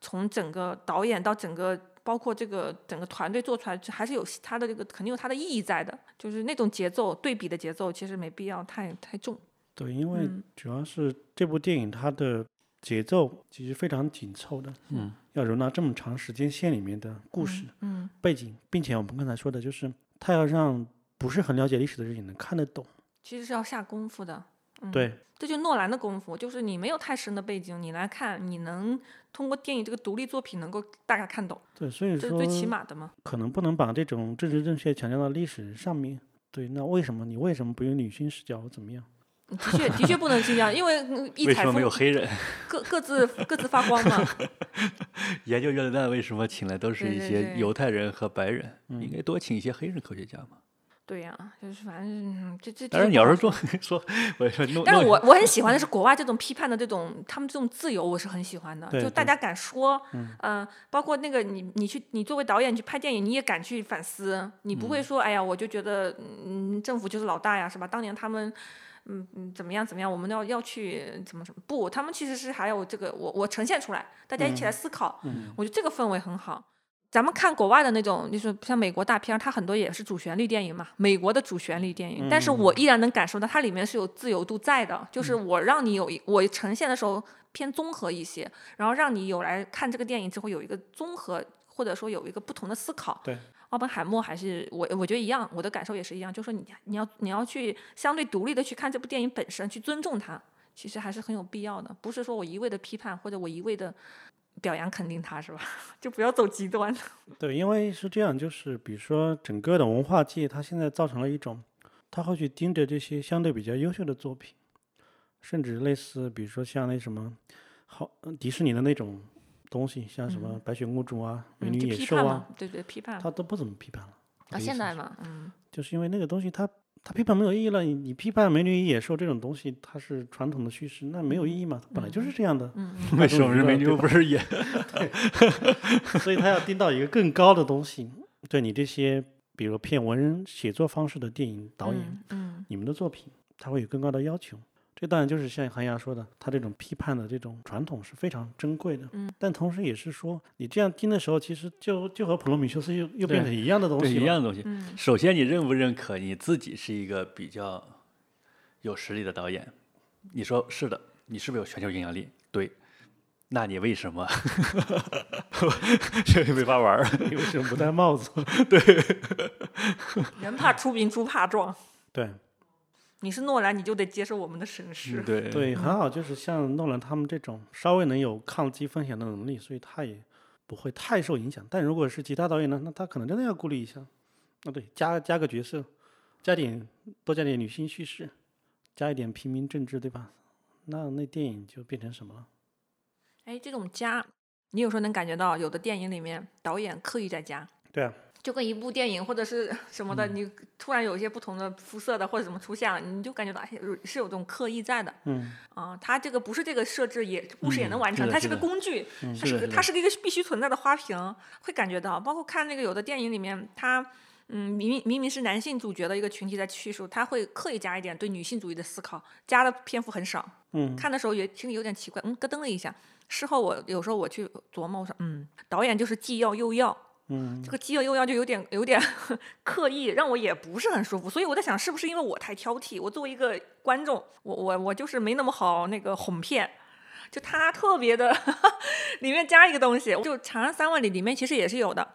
Speaker 1: 从整个导演到整个。包括这个整个团队做出来，还是有它的这个肯定有它的意义在的，就是那种节奏对比的节奏，其实没必要太太重。
Speaker 2: 对，因为
Speaker 1: 嗯
Speaker 2: 主要是这部电影它的节奏其实非常紧凑的，
Speaker 3: 嗯，
Speaker 2: 要容纳这么长时间线里面的故事、
Speaker 1: 嗯
Speaker 2: 背景，并且我们刚才说的就是，它要让不是很了解历史的人也能看得懂。
Speaker 1: 其实是要下功夫的。嗯、
Speaker 2: 对，
Speaker 1: 这就是诺兰的功夫，就是你没有太深的背景，你来看，你能通过电影这个独立作品能够大概看懂，
Speaker 2: 对，所以
Speaker 1: 这是
Speaker 2: 说
Speaker 1: 最起码的嘛。
Speaker 2: 可能不能把这种政治正确强调到历史上面。对，那为什么你为什么不用女性视角？怎么样？
Speaker 1: 的确，的确不能这样，因为 嗯
Speaker 3: 为
Speaker 1: 异
Speaker 3: 什
Speaker 1: 彩
Speaker 3: 么没有
Speaker 1: 风
Speaker 3: 黑人？
Speaker 1: 各各自各自发光嘛。
Speaker 3: 研究原子弹为什么请来都是
Speaker 1: 对
Speaker 3: 一
Speaker 1: 对
Speaker 3: 些
Speaker 1: 对
Speaker 3: 犹太人和白人？
Speaker 2: 嗯
Speaker 3: 应该多请一些黑人科学家嘛。
Speaker 1: 对呀、就是反正嗯这这。
Speaker 3: 但是
Speaker 1: 这
Speaker 3: 你
Speaker 1: 不
Speaker 3: 要
Speaker 1: 好
Speaker 3: 是说 说，我说弄，
Speaker 1: 但是
Speaker 3: 弄
Speaker 1: 我我很喜欢的是国外这种批判的这种，他们这种自由我是很喜欢的，
Speaker 2: 对
Speaker 1: 就大
Speaker 2: 对
Speaker 1: 家敢说，
Speaker 2: 嗯
Speaker 1: 呃包括那个你你去你作为导演去拍电影，你也敢去反思，你不
Speaker 2: 嗯
Speaker 1: 会说、哎呀，我就觉得嗯政府就是老大呀，是吧？当年他们。嗯嗯，怎么样怎么样？我们要要去怎么怎么不？他们其实是还有这个，我我呈现出来，大家一起来思考。
Speaker 2: 嗯
Speaker 1: 我觉得这个氛围很好。咱们看国外的那种，就是像美国大片儿，它很多也是主旋律电影嘛，美国的主旋律电影，但是
Speaker 2: 嗯
Speaker 1: 我依然能感受到它里面是有自由度在的，就是我让你有一我呈现的时候偏综合一些，然后让你有来看这个电影之后有一个综合，或者说有一个不同的思考。
Speaker 2: 对，
Speaker 1: 奥本海默还是我我觉得一样，我的感受也是一样，就是说你你要你要去相对独立的去看这部电影本身，去尊重它，其实还是很有必要的，不是说我一味的批判或者我一味的表扬肯定它是吧？ 就不要走极端。
Speaker 2: 对，因为是这样，就是比如说整个的文化界，它现在造成了一种，它会去盯着这些相对比较优秀的作品，甚至类似比如说像那什么好呃迪士尼的那种东西，像什么白雪公主啊、美
Speaker 1: 嗯嗯，就
Speaker 2: 女
Speaker 1: 批
Speaker 2: 野兽
Speaker 1: 判
Speaker 2: 啊
Speaker 1: 嘛，，对对，批判。
Speaker 2: 它都不怎么批判了。
Speaker 1: 啊，
Speaker 2: 可以
Speaker 1: 现
Speaker 2: 是
Speaker 1: 在嘛，嗯，
Speaker 2: 就是因为那个东西它，它批判没有意义了。你你批判美女与野兽这种东西，它是传统的叙事，那没有意义嘛？它本来就是这样的，
Speaker 1: 嗯
Speaker 3: 为什么 是美女
Speaker 2: 对吧
Speaker 3: 不是也？
Speaker 2: 所以它要盯到一个更高的东西。对你这些比如骗文人写作方式的电影导演，
Speaker 1: 嗯嗯
Speaker 2: 你们的作品，它会有更高的要求。这当然就是像韩牙说的，他这种批判的这种传统是非常珍贵的。
Speaker 1: 嗯，
Speaker 2: 但同时也是说，你这样听的时候，其实就就和普罗米修斯又又变
Speaker 3: 对
Speaker 2: 成一样的东
Speaker 3: 对
Speaker 2: 西
Speaker 3: 一
Speaker 2: 了
Speaker 3: 样的东西。
Speaker 1: 嗯
Speaker 3: 首先，你认不认可你自己是一个比较有实力的导演？你说是的，你是不是有全球影响力？对，那你为什 么？这没法玩儿。
Speaker 2: 因为是不戴帽子。
Speaker 1: 人怕出名，猪怕壮。
Speaker 2: 对
Speaker 1: 你是诺兰，你就得接受我们的审视。
Speaker 3: 嗯对
Speaker 2: 嗯对，很好，就是像诺兰他们这种稍微能有抗击风险的能力，所以他也不会太受影响。但如果是其他导演呢，那他可能真的要顾虑一下。那对，加加个角色，加点多加点女性叙事，加一点平民政治，对吧？那那电影就变成什么了？
Speaker 1: 哎，这种加，你有时候能感觉到，有的电影里面导演刻意在加，
Speaker 2: 对啊，嗯
Speaker 1: 就跟一部电影或者是什么的，你突然有一些不同的肤色的或者什么出现了，你就感觉到哎有是有这种刻意在的
Speaker 2: 嗯，
Speaker 1: 啊。它这个不是这个设置也故事也能
Speaker 3: 嗯
Speaker 1: 完
Speaker 3: 是
Speaker 1: 成，
Speaker 3: 的
Speaker 1: 它
Speaker 3: 是
Speaker 1: 是个
Speaker 3: 的嗯
Speaker 1: 工具，它是
Speaker 3: 是的
Speaker 1: 个
Speaker 3: 是
Speaker 1: 它
Speaker 3: 的
Speaker 1: 是一个必须存在的花瓶，会感觉到。包括看那个有的电影里面，它嗯明明明明是男性主角的一个群体在叙述，他会刻意加一点对女性主义的思考，加的篇幅很少。
Speaker 2: 嗯
Speaker 1: 看的时候也心里有点奇怪，嗯，咯噔了一下。事后我有时候我去琢磨，我说嗯，导演就是既要又要，
Speaker 2: 嗯
Speaker 1: 这个既要又要就有点有点 刻意，让我也不是很舒服。所以我在想，是不是因为我太挑剔？我作为一个观众，我我我就是没那么好那个哄骗。就他特别的， 里面加一个东西，就《长安三万里》里面其实也是有的，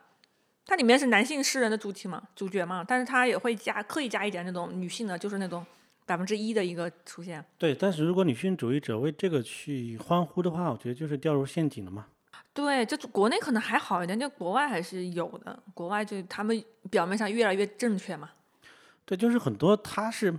Speaker 1: 它里面是男性诗人的主体嘛，主角嘛，但是他也会加刻意加一点那种女性的，就是那种百分之一的一个出现。
Speaker 2: 对。但是如果女性主义者为这个去欢呼的话，我觉得就是掉入陷阱了嘛。
Speaker 1: 对，就国内可能还好一点，就国外还是有的。国外就他们表面上越来越正确嘛。
Speaker 2: 对，就是很多它是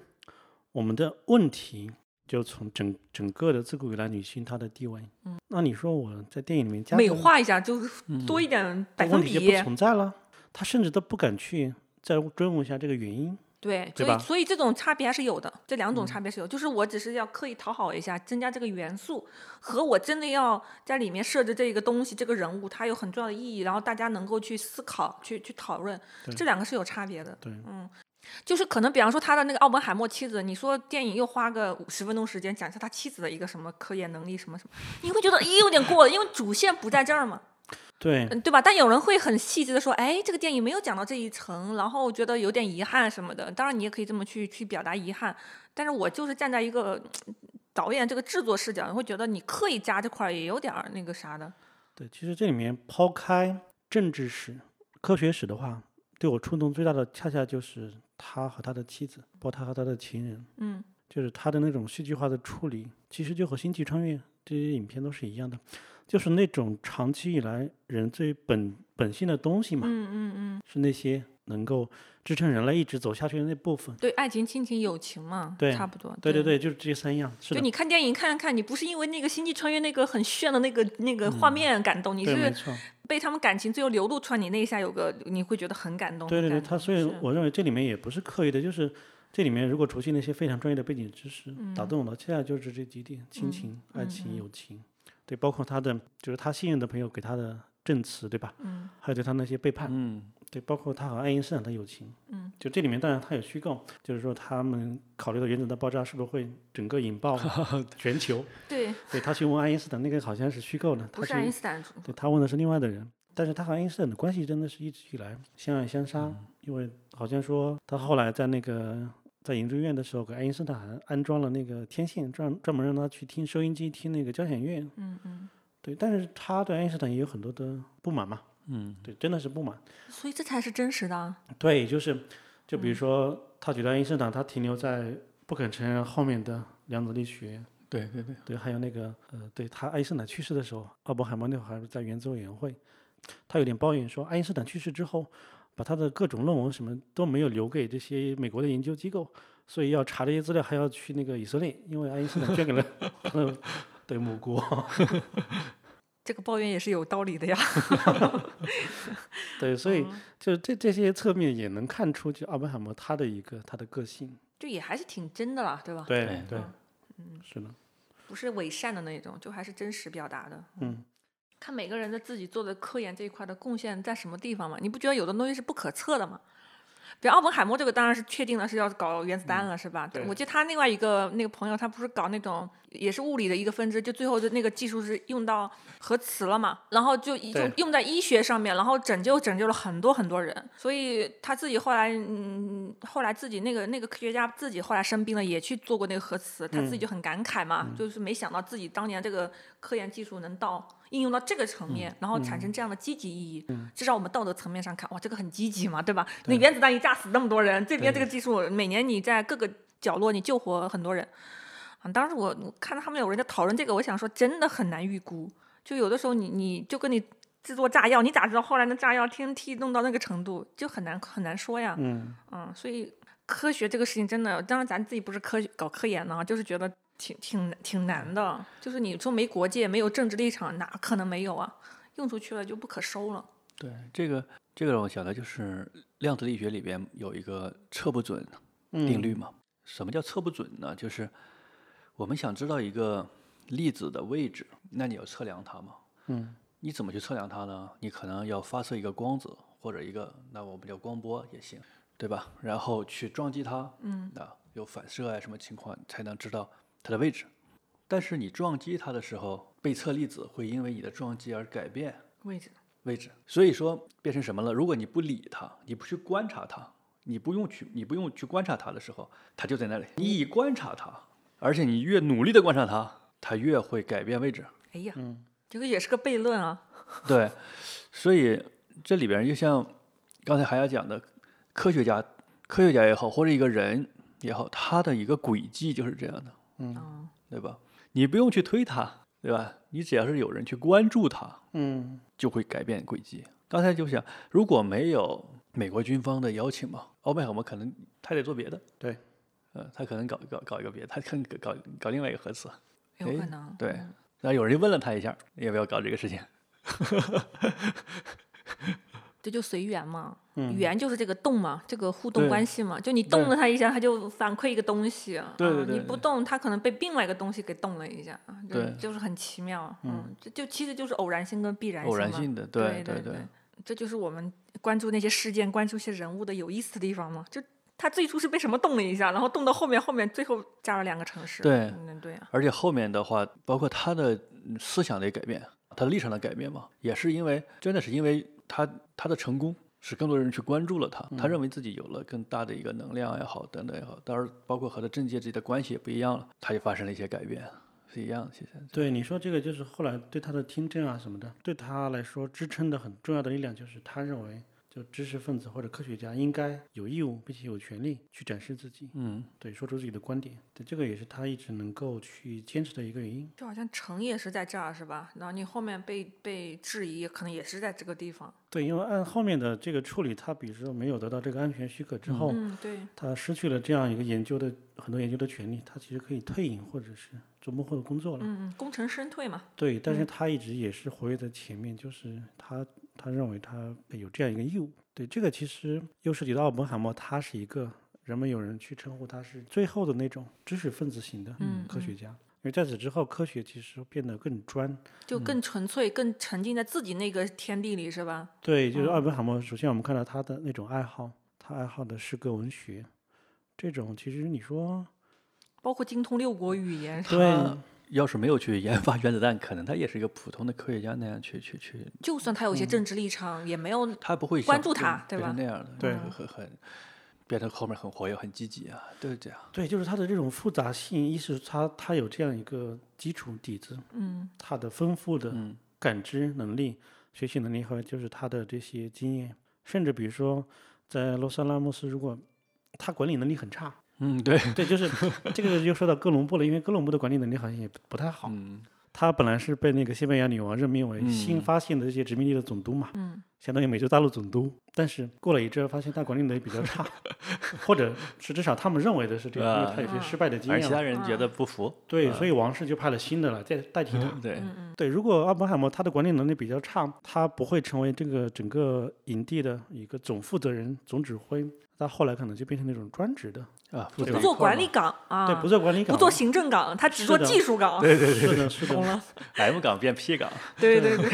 Speaker 2: 我们的问题，就从整整个的自古以来女性她的地位。嗯，那你说我在电影里面加
Speaker 1: 美
Speaker 2: 这个
Speaker 1: 化一下，就是
Speaker 3: 嗯
Speaker 2: 嗯
Speaker 1: 多一点百分
Speaker 2: 问题就
Speaker 1: 比
Speaker 2: 不。存在了，他甚至都不敢去再追问一下这个原因。
Speaker 1: 对，
Speaker 2: 对
Speaker 1: 所
Speaker 2: 吧嗯
Speaker 1: 以所以这种差别还是有的，这两种差别是有。就是我只是要刻意讨好一下，增加这个元素，和我真的要在里面设置这个东西，这个人物它有很重要的意义，然后大家能够去思考、去去讨论，
Speaker 2: 对
Speaker 1: 这两个是有差别的。
Speaker 2: 对，
Speaker 1: 嗯，就是可能比方说他的那个奥本海默妻子，你说电影又花个十分钟时间讲一下他妻子的一个什么科研能力什么什么，你会觉得咦有点过了，因为主线不在这儿嘛，
Speaker 2: 对，
Speaker 1: 嗯对吧？但有人会很细致的说，哎，这个电影没有讲到这一层，然后觉得有点遗憾什么的。当然你也可以这么去去表达遗憾，但是我就是站在一个。嗯导演这个制作视角，你会觉得你刻意加这块儿也有点儿那个啥的，
Speaker 2: 对，其实这里面抛开政治史、科学史的话，对我触动最大的恰恰就是他和他的妻子，包括他和他的情人，
Speaker 1: 嗯，
Speaker 2: 就是他的那种戏剧化的处理，其实就和《星际穿越》这些影片都是一样的，就是那种长期以来人最本本性的东西嘛，
Speaker 1: 嗯嗯嗯，
Speaker 2: 是那些能够支撑人类一直走下去的那部分。
Speaker 1: 对，爱情、亲情、友情嘛，
Speaker 2: 对
Speaker 1: 差不多，
Speaker 2: 对
Speaker 1: 对
Speaker 2: 对对，就是这三样。是
Speaker 1: 就
Speaker 2: 的，
Speaker 1: 你看电影看看，你不是因为那个《星际穿越》那个很炫的那个那个画面感动，你
Speaker 2: 嗯对，没
Speaker 1: 是
Speaker 2: 错。
Speaker 1: 被他们感情最后流露出来，你那一下有个你会觉得很感动。
Speaker 2: 对对
Speaker 1: 很
Speaker 2: 对，
Speaker 1: 感
Speaker 2: 他
Speaker 1: 动
Speaker 2: 所以
Speaker 1: 是
Speaker 2: 我认为这里面也不是刻意的，就是这里面如果除去那些非常专业的背景知识，打动我的恰恰就是这几点：亲
Speaker 1: 嗯
Speaker 2: 情、爱
Speaker 1: 嗯
Speaker 2: 情、
Speaker 1: 嗯
Speaker 2: 友情，对，包括他的就是他信任的朋友给他的证词，对吧？
Speaker 1: 嗯
Speaker 2: 还有对他那些背叛，
Speaker 3: 嗯，
Speaker 2: 对，包括他和爱因斯坦的友情，
Speaker 1: 嗯，
Speaker 2: 就这里面当然它有虚构，就是说他们考虑到原子弹爆炸是不是会整个 引爆全球，
Speaker 1: 对，
Speaker 2: 对，他去问爱因斯坦那个好像是虚构的，
Speaker 1: 不
Speaker 2: 他
Speaker 1: 是爱
Speaker 2: 去
Speaker 1: 因斯坦，
Speaker 2: 对他问的是另外的人，但是他和爱因斯坦的关系真的是一直以来相爱相杀，因为好像说他后来在那个在研究院的时候，给爱因斯坦还安装了那个天线，专专门让他去听收音机听那个交响乐。
Speaker 1: 嗯嗯，
Speaker 2: 对，但是他对爱因斯坦也有很多的不满嘛，
Speaker 3: 嗯，
Speaker 2: 对，真的是不满。
Speaker 1: 所以这才是真实的啊。
Speaker 2: 对，就是就比如说，他觉得爱因斯坦他停留在不肯承认后面的量子力学，
Speaker 3: 对对对，
Speaker 2: 对，还有那个呃，对他爱因斯坦去世的时候，奥本海默那会儿还在原子委员会，他有点抱怨说，爱因斯坦去世之后，把他的各种论文什么都没有留给这些美国的研究机构，所以要查这些资料还要去那个以色列，因为爱因斯坦捐给了 他的对母国。
Speaker 1: 这个抱怨也是有道理的呀。
Speaker 2: 对，所以就这这些侧面也能看出，就奥本海默他的一个他的个性。
Speaker 1: 就也还是挺真的啦，对吧？
Speaker 2: 对
Speaker 3: 对
Speaker 2: 对
Speaker 1: 嗯，
Speaker 2: 是的，
Speaker 1: 不是伪善的那种，就还是真实表达的。
Speaker 2: 嗯，
Speaker 1: 看每个人的自己做的科研这一块的贡献在什么地方嘛？你不觉得有的东西是不可测的吗？比如奥本海默这个当然是确定了是要搞原子弹了，是吧？
Speaker 3: 对
Speaker 1: 我记得他另外一个那个朋友，他不是搞那种也是物理的一个分支，就最后的那个技术是用到核磁了嘛，然后就用
Speaker 2: 对
Speaker 1: 用在医学上面，然后拯救拯救了很多很多人。所以他自己后来，嗯，后来自己那个那个科学家自己后来生病了，也去做过那个核磁，他自己就很感慨嘛，就是没想到自己当年这个科研技术能到。应用到这个层面，然后产生这样的积极意义，至少我们道德层面上看，哇，这个很积极嘛，对吧？你原子弹一炸死那么多人，这边这个技术每年你在各个角落你救活很多人，啊，当时我我看到他们有人在讨论这个，我想说真的很难预估，就有的时候你你就跟你制作炸药，你咋知道后来那炸药 TNT 弄到那个程度，就很难很难说呀，
Speaker 2: 嗯，
Speaker 1: 嗯，所以科学这个事情真的，当然咱自己不是科搞科研呢，就是觉得挺挺挺难的，就是你说没国界、没有政治立场，哪可能没有啊？用出去了就不可收了。
Speaker 3: 对，这个这个让我想到就是量子力学里边有一个测不准
Speaker 2: 嗯
Speaker 3: 定律嘛。什么叫测不准呢？就是我们想知道一个粒子的位置，那你要测量它嘛。
Speaker 2: 嗯，
Speaker 3: 你怎么去测量它呢？你可能要发射一个光子或者一个，那我们叫光波也行，对吧？然后去撞击它，嗯，啊，有反射啊什么情况才能知道它的位置。但是你撞击它的时候，被测粒子会因为你的撞击而改变，
Speaker 1: 位置，
Speaker 3: 位置。所以说变成什么了？如果你不理它，你不去观察它，你不用去，你不用去观察它的时候，它就在那里。你一观察它，而且你越努力的观察它，它越会改变位置。
Speaker 1: 哎呀，这个也是个悖论啊。
Speaker 3: 对，所以这里边儿就像刚才还要讲的，科学家、科学家也好，或者一个人也好，他的一个轨迹就是这样的，
Speaker 1: 嗯，
Speaker 3: 对吧？你不用去推他，对吧？你只要是有人去关注他，
Speaker 2: 嗯
Speaker 3: 就会改变轨迹。刚才就想，如果没有美国军方的邀请嘛，奥本海默可能他得做别的，
Speaker 2: 对，
Speaker 3: 呃，他可能搞搞搞一个别的，他可能搞搞搞另外一个核磁，
Speaker 1: 有可能。
Speaker 3: 对，那有人就问了他一下，你要不要搞这个事情？
Speaker 1: 这就随缘嘛，
Speaker 2: 嗯
Speaker 1: 缘就是这个动嘛，这个互动
Speaker 2: 对
Speaker 1: 关系嘛，就你动
Speaker 2: 对
Speaker 1: 了它一下，它就反馈一个东西，
Speaker 3: 对对
Speaker 1: 啊、
Speaker 3: 对
Speaker 1: 你不动，它可能被另外一个东西给动了一下，啊就
Speaker 3: 对
Speaker 1: 就是很奇妙，嗯，这就其实就是偶然性跟必然性
Speaker 3: 偶
Speaker 1: 嘛，
Speaker 3: 然性的，
Speaker 1: 对
Speaker 3: 对
Speaker 1: 对，这就是我们关注那些事件、关注一些人物的有意思的地方嘛，就它最初是被什么动了一下，然后动到后面，后面最后加了两个城市，
Speaker 3: 对
Speaker 1: 嗯对啊，
Speaker 3: 而且后面的话，包括他的嗯思想的改变，他的立场的改变嘛，也是因为真的是因为他他的成功，使更多人去关注了他，他认为自己有了更大的一个能量也好，等等也好，当然包括和他政界之间的关系也不一样了，他也发生了一些改变，是一样的，其实
Speaker 2: 对，你说这个就是后来对他的听证啊什么的，对他来说支撑的很重要的力量就是他认为，就知识分子或者科学家应该有义务并且有权利去展示自己，
Speaker 3: 嗯，
Speaker 2: 对，说出自己的观点，对，这个也是他一直能够去坚持的一个原因。
Speaker 1: 就好像城也是在这儿是吧？然后你后面被被质疑，可能也是在这个地方，
Speaker 2: 对，因为按后面的这个处理，他比如说没有得到这个安全许可之后，
Speaker 1: 嗯，对。
Speaker 2: 他失去了这样一个研究的很多研究的权利，他其实可以退隐或者是做幕后的工作了。
Speaker 1: 嗯，嗯，功成身退嘛，
Speaker 2: 对，但是他一直也是活跃在前面，就是他他认为他有这样一个义务。对，这个其实又涉及到奥本海默，他是一个人们有人去称呼他是最后的那种知识分子型的
Speaker 1: 嗯
Speaker 2: 科
Speaker 1: 嗯
Speaker 2: 学家，因为在此之后，科学其实变得更专。
Speaker 1: 就
Speaker 2: 嗯
Speaker 1: 更纯粹、更沉浸在自己那个天地里，是吧？
Speaker 2: 对，就是
Speaker 1: 嗯
Speaker 2: 奥本海默。首先，我们看到他的那种爱好，他爱好的诗歌文学，这种其实你说
Speaker 1: 包括精通六国语言，
Speaker 2: 对，
Speaker 3: 要是没有去研发原子弹，可能他也是一个普通的科学家那样去去去，
Speaker 1: 就算他有
Speaker 2: 嗯
Speaker 1: 些政治立场，也没有
Speaker 3: 他不会
Speaker 1: 关
Speaker 3: 像
Speaker 1: 注他
Speaker 3: 变
Speaker 1: 对吧
Speaker 3: 变成那样的，嗯
Speaker 2: 对
Speaker 3: 很很很变成后面很活跃、很积极啊，都是这样。
Speaker 2: 对，就是它的这种复杂性，一是它它有这样一个基础底子，
Speaker 1: 嗯，
Speaker 2: 它的丰富的
Speaker 3: 嗯
Speaker 2: 感知能力、学习能力，还有就是它的这些经验，甚至比如说在洛杉矶穆斯，如果他管理能力很差，
Speaker 3: 嗯，对，
Speaker 2: 对， 就是这个就说到哥伦布了，因为哥伦布的管理能力好像也不不太好，
Speaker 3: 嗯。
Speaker 2: 他本来是被那个西班牙女王任命为新
Speaker 3: 嗯
Speaker 2: 发现的这些殖民地的总督嘛，
Speaker 1: 嗯
Speaker 2: 相当于美洲大陆总督。但是过了一阵儿，发现他管理能力比较 差，或者是至少他们认为的是这样，因为他有些
Speaker 1: 啊
Speaker 2: 失败的经
Speaker 3: 而
Speaker 2: 验
Speaker 3: 其他
Speaker 2: 嘛。
Speaker 3: 人觉得不服。
Speaker 2: 对，
Speaker 3: 啊
Speaker 2: 所以王室就派了新的来代代替他。
Speaker 1: 嗯
Speaker 3: 对，
Speaker 2: 对，如果奥本海默他的管理能力比较差，他不会成为这个整个营地的一个总负责人、总指挥。他后来可能就变成那种专职的，
Speaker 3: 啊，
Speaker 1: 不
Speaker 2: 不
Speaker 3: 负责
Speaker 2: 对
Speaker 3: 一
Speaker 1: 做
Speaker 3: 块儿
Speaker 1: 管理
Speaker 3: 嘛
Speaker 1: 岗啊，
Speaker 2: 对，不做管理岗，
Speaker 1: 不做行政岗，他只做
Speaker 2: 是的
Speaker 1: 技术岗。
Speaker 3: 对对
Speaker 2: 是的，是
Speaker 1: 懂
Speaker 2: 的，
Speaker 1: 了，
Speaker 3: ，M 岗变 P 岗，
Speaker 1: 对对对，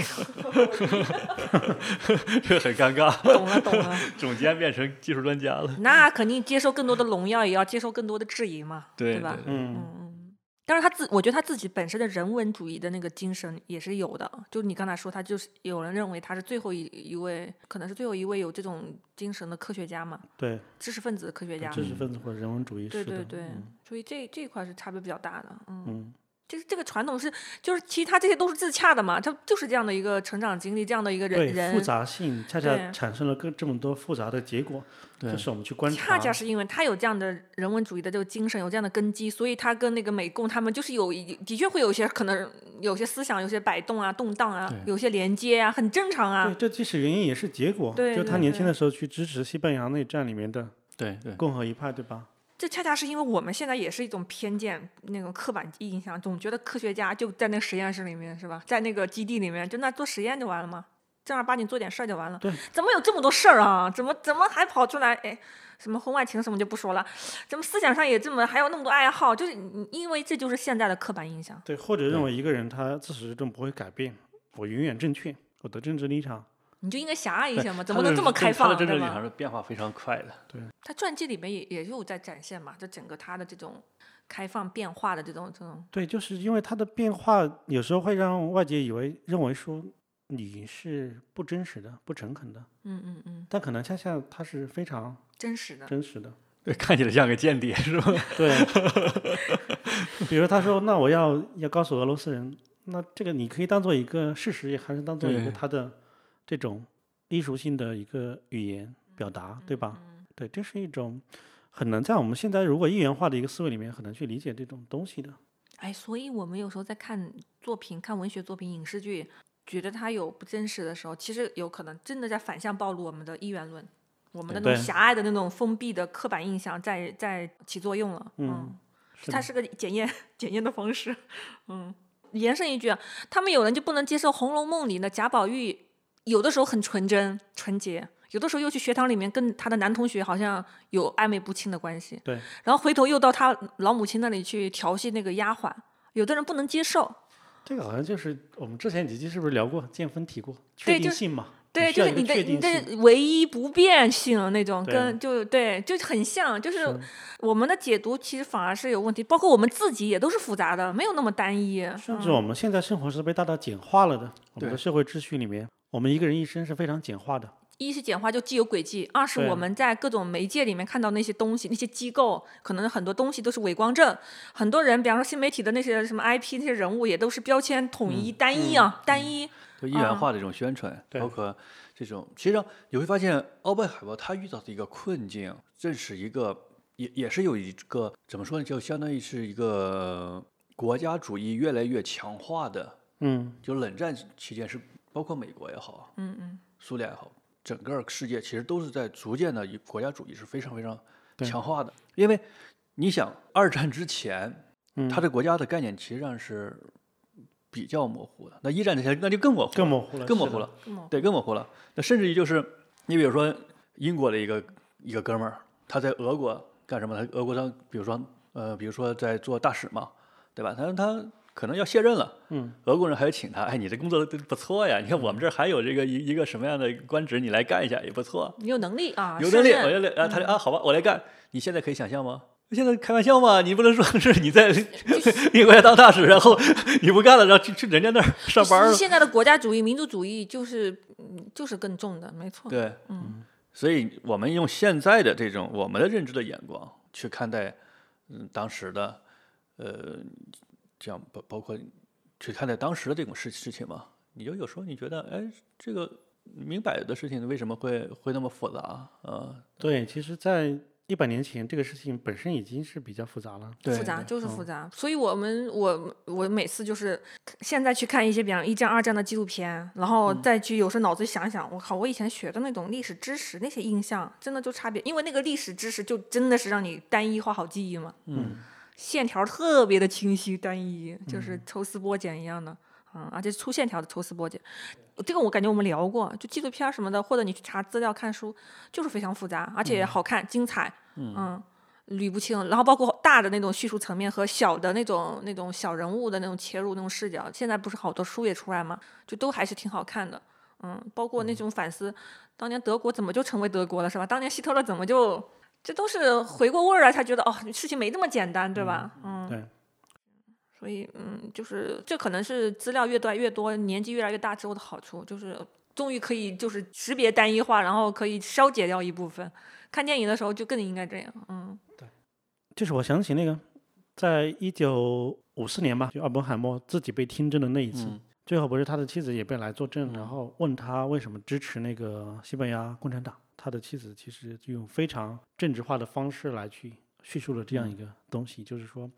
Speaker 3: 这个很尴尬。
Speaker 1: 懂了懂了。
Speaker 3: 总监变成技术专家了，
Speaker 1: 那肯定接受更多的荣耀，也要接受更多的质疑嘛，
Speaker 3: 对
Speaker 1: 吧？
Speaker 3: 对
Speaker 2: 嗯，
Speaker 1: 嗯嗯。但是他自，我觉得他自己本身的人文主义的那个精神也是有的。就你刚才说，他就是有人认为他是最后一一位，可能是最后一位有这种精神的科学家嘛，
Speaker 2: 对，
Speaker 1: 知识分子科学家。
Speaker 3: 嗯
Speaker 2: 知识分子或者人文主义
Speaker 1: 对
Speaker 2: 啊是
Speaker 1: 对
Speaker 2: 的，
Speaker 1: 对，
Speaker 2: 嗯
Speaker 1: 所以这这一块是差别比较大的。嗯，
Speaker 2: 嗯，
Speaker 1: 就是这个传统是，就是其实他这些都是自洽的嘛，他就是这样的一个成长经历，这样的一个人
Speaker 2: 对，复
Speaker 1: 人。
Speaker 2: 杂性恰恰
Speaker 1: 对
Speaker 2: 产生了更这么多复杂的结果，
Speaker 3: 对
Speaker 2: 这是我们去观察，
Speaker 1: 恰恰是因为他有这样的人文主义的这个精神，有这样的根基，所以他跟那个美共他们就是有一的确会有一些可能有些思想有些摆动啊、动荡啊
Speaker 3: 对，
Speaker 1: 有些连接啊，很正常
Speaker 2: 对，
Speaker 1: 啊。
Speaker 2: 这既是原因也是结果，
Speaker 1: 对
Speaker 2: 就他
Speaker 1: 对
Speaker 2: 年轻
Speaker 1: 对
Speaker 2: 的时候去支持西班牙内战里面的
Speaker 3: 对对
Speaker 2: 共和一派，对吧？
Speaker 1: 这恰恰是因为我们现在也是一种偏见、那种刻板印象，总觉得科学家就在那个实验室里面是吧，在那个基地里面就那做实验就完了嘛，正儿八经做点事儿就完了。
Speaker 2: 对，
Speaker 1: 怎么有这么多事儿啊？怎么怎么还跑出来？哎，什么婚外情什么就不说了，怎么思想上也这么还有那么多爱好？就是你因为这就是现在的刻板印象。
Speaker 2: 对，或者认
Speaker 3: 对
Speaker 2: 为一个人他自始至终不会改变，我永远正确，我的政治立场，
Speaker 1: 你就应该狭隘一些 嘛，怎么
Speaker 3: 他的
Speaker 1: 能这么开
Speaker 3: 他
Speaker 1: 放，啊
Speaker 3: 的政治
Speaker 1: 对
Speaker 3: 立场
Speaker 1: 吧？
Speaker 3: 是变化非常快的。
Speaker 1: 他传记里面也也有在展现嘛，这整个他的这种开放变化的这种这种，
Speaker 2: 对，就是因为他的变化有时候会让外界以为认为说你是不真实的、不诚恳的，
Speaker 1: 嗯嗯嗯，
Speaker 2: 但可能恰恰他是非常
Speaker 1: 真实的，
Speaker 2: 真实的。
Speaker 3: 对，看起来像个间谍是吧？
Speaker 2: 对， 比如他说：“那我要要告诉俄罗斯人，那这个你可以当做一个事实，也还是当做一个
Speaker 3: 对
Speaker 2: 他的这种艺术性的一个语言表达，对吧？对，这是一种很难在我们现在如果一元化的一个思维里面很难去理解这种东西的。
Speaker 1: 哎，所以我们有时候在看作品、看文学作品、影视剧，觉得它有不真实的时候，其实有可能真的在反向暴露我们的一元论，我们的那
Speaker 2: 对
Speaker 1: 种狭隘的那种封闭的刻板印象在在起作用了，
Speaker 2: 嗯
Speaker 1: 嗯
Speaker 2: 是
Speaker 1: 它
Speaker 2: 的
Speaker 1: 是个检验检验的方式。嗯，延伸一句，啊，他们有人就不能接受《红楼梦》里的贾宝玉，有的时候很纯真纯洁，有的时候又去学堂里面跟他的男同学好像有暧昧不清的关系，
Speaker 2: 对，
Speaker 1: 然后回头又到他老母亲那里去调戏那个丫鬟，有的人不能接受。
Speaker 2: 这个好像就是我们之前几期是不是聊过见分提过
Speaker 1: 对
Speaker 2: 确定
Speaker 1: 就是
Speaker 2: 性嘛？
Speaker 1: 对，
Speaker 2: 需
Speaker 1: 就
Speaker 2: 要
Speaker 1: 是
Speaker 2: 一个
Speaker 1: 你的
Speaker 2: 确
Speaker 1: 你
Speaker 2: 定性。
Speaker 1: 的唯一不变性那种，
Speaker 2: 对
Speaker 1: 跟就对，就很像，就是嗯
Speaker 2: 是
Speaker 1: 我们的解读其实反而是有问题，包括我们自己也都是复杂的，没有那么单一。
Speaker 2: 甚
Speaker 1: 嗯
Speaker 2: 至我们现在生活是被大大简化了的，我们的
Speaker 3: 对
Speaker 2: 社会秩序里面，我们一个人一生是非常简化的。
Speaker 1: 一是简化就既有轨迹，二是
Speaker 2: 对
Speaker 1: 我们在各种媒介里面看到那些东西，那些机构可能很多东西都是伪光正，很多人，比方说新媒体的那些什么 IP 那些人物也都是标签统
Speaker 3: 嗯
Speaker 1: 一、单一啊，单一。
Speaker 3: 就一元化的这种宣传，
Speaker 2: 对
Speaker 3: 包括这种，其实你会发现，奥本海默他遇到的一个困境，这是一个也也是有一个怎么说呢，就相当于是一个国家主义越来越强化的，
Speaker 2: 嗯，
Speaker 3: 就冷战期间是包括美国也好，
Speaker 1: 嗯嗯，
Speaker 3: 苏联也好，整个世界其实都是在逐渐的国家主义是非常非常
Speaker 2: 对
Speaker 3: 强化的，因为你想二战之前，
Speaker 2: 嗯
Speaker 3: 它对国家的概念其实上是比较模糊的，那一战之前那就更模糊了，
Speaker 2: 更模糊了，
Speaker 3: 更模
Speaker 2: 是
Speaker 3: 糊
Speaker 2: 的
Speaker 3: 了，，
Speaker 1: 更模糊
Speaker 3: 对，更模糊了。那甚至于就是，你比如说英国的一个一个哥们儿，他在俄国干什么？他俄国当，比如说呃，比如说在做大使嘛，对吧？他他可能要卸任了，
Speaker 2: 嗯，
Speaker 3: 俄国人还请他，哎，你这工作不错呀，你看我们这儿还有这个一一个什么样的官职，你来干一下也不错，
Speaker 1: 你有能力啊，
Speaker 3: 有
Speaker 1: 胜
Speaker 3: 能力，
Speaker 1: 任嗯
Speaker 3: 我就来啊，他就啊，好吧，我来干。你现在可以想象吗？现在开玩笑嘛，你不能说是你在 英国当大使，然后你不干了，然后去去人家那儿上班
Speaker 1: 其
Speaker 3: 了
Speaker 1: 实。现在的国家主义、民族主义就是嗯就是更重的，没错。
Speaker 3: 对，
Speaker 1: 嗯，
Speaker 3: 所以我们用现在的这种我们的认知的眼光去看待，嗯，当时的，呃，这样包包括去看待当时的这种事事情嘛，你就有时候你觉得，哎，这个明摆的事情为什么会会那么复杂？呃，
Speaker 2: 对，其实，在一百年前，这个事情本身已经是比较复杂了。
Speaker 3: 对
Speaker 1: 复杂
Speaker 3: 对嗯
Speaker 1: 就是复杂，所以我们我我每次就是现在去看一些比方一战、二战的纪录片，然后
Speaker 3: 嗯
Speaker 1: 再去有时候脑子想一想，我靠，我以前学的那种历史知识那些印象，真的就差别，因为那个历史知识就真的是让你单一化好记忆嘛，
Speaker 3: 嗯，
Speaker 1: 线条特别的清晰单一，就是抽丝剥茧一样的。嗯，而且粗线条的抽丝剥茧，这个我感觉我们聊过，就纪录片儿什么的，或者你去查资料看书，就是非常复杂，而且好看、精彩，嗯。捋不清，然后包括大的那种叙述层面和小的那种那种小人物的那种切入那种视角，现在不是好多书也出来嘛，就都还是挺好看的，嗯，包括那种反思，当年德国怎么就成为德国了，是吧？当年希特勒怎么就，这都是回过味儿来才觉得哦，事情没那么简单，对吧？嗯，
Speaker 2: 对。
Speaker 1: 所以，嗯，就是这可能是资料越断越多，年纪越来越大之后的好处，就是终于可以就是识别单一化，然后可以消解掉一部分。看电影的时候就更应该这样，嗯
Speaker 2: 就是我想起那个，在一九五四年吧，就奥本海默自己被听证的那一次，
Speaker 3: 嗯
Speaker 2: 最后不是他的妻子也被来作证，
Speaker 3: 嗯
Speaker 2: 然后问他为什么支持那个西班牙共产党。他的妻子其实就用非常政治化的方式来去叙述了这样一个东西，就是说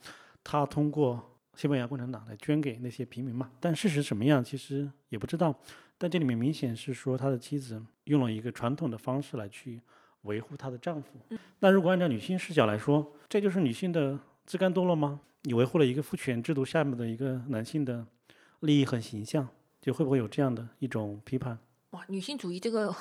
Speaker 2: 他通过西班牙共产党来捐给那些平民嘛，但事实什么样其实也不知道。但这里面明显是说他的妻子用了一个传统的方式来去维护她的丈夫。那如果按照女性视角来说，这就是女性的自甘堕落吗？你维护了一个父权制度下面的一个男性的利益和形象，就会不会有这样的一种批判？
Speaker 1: 哇，女性主义这个，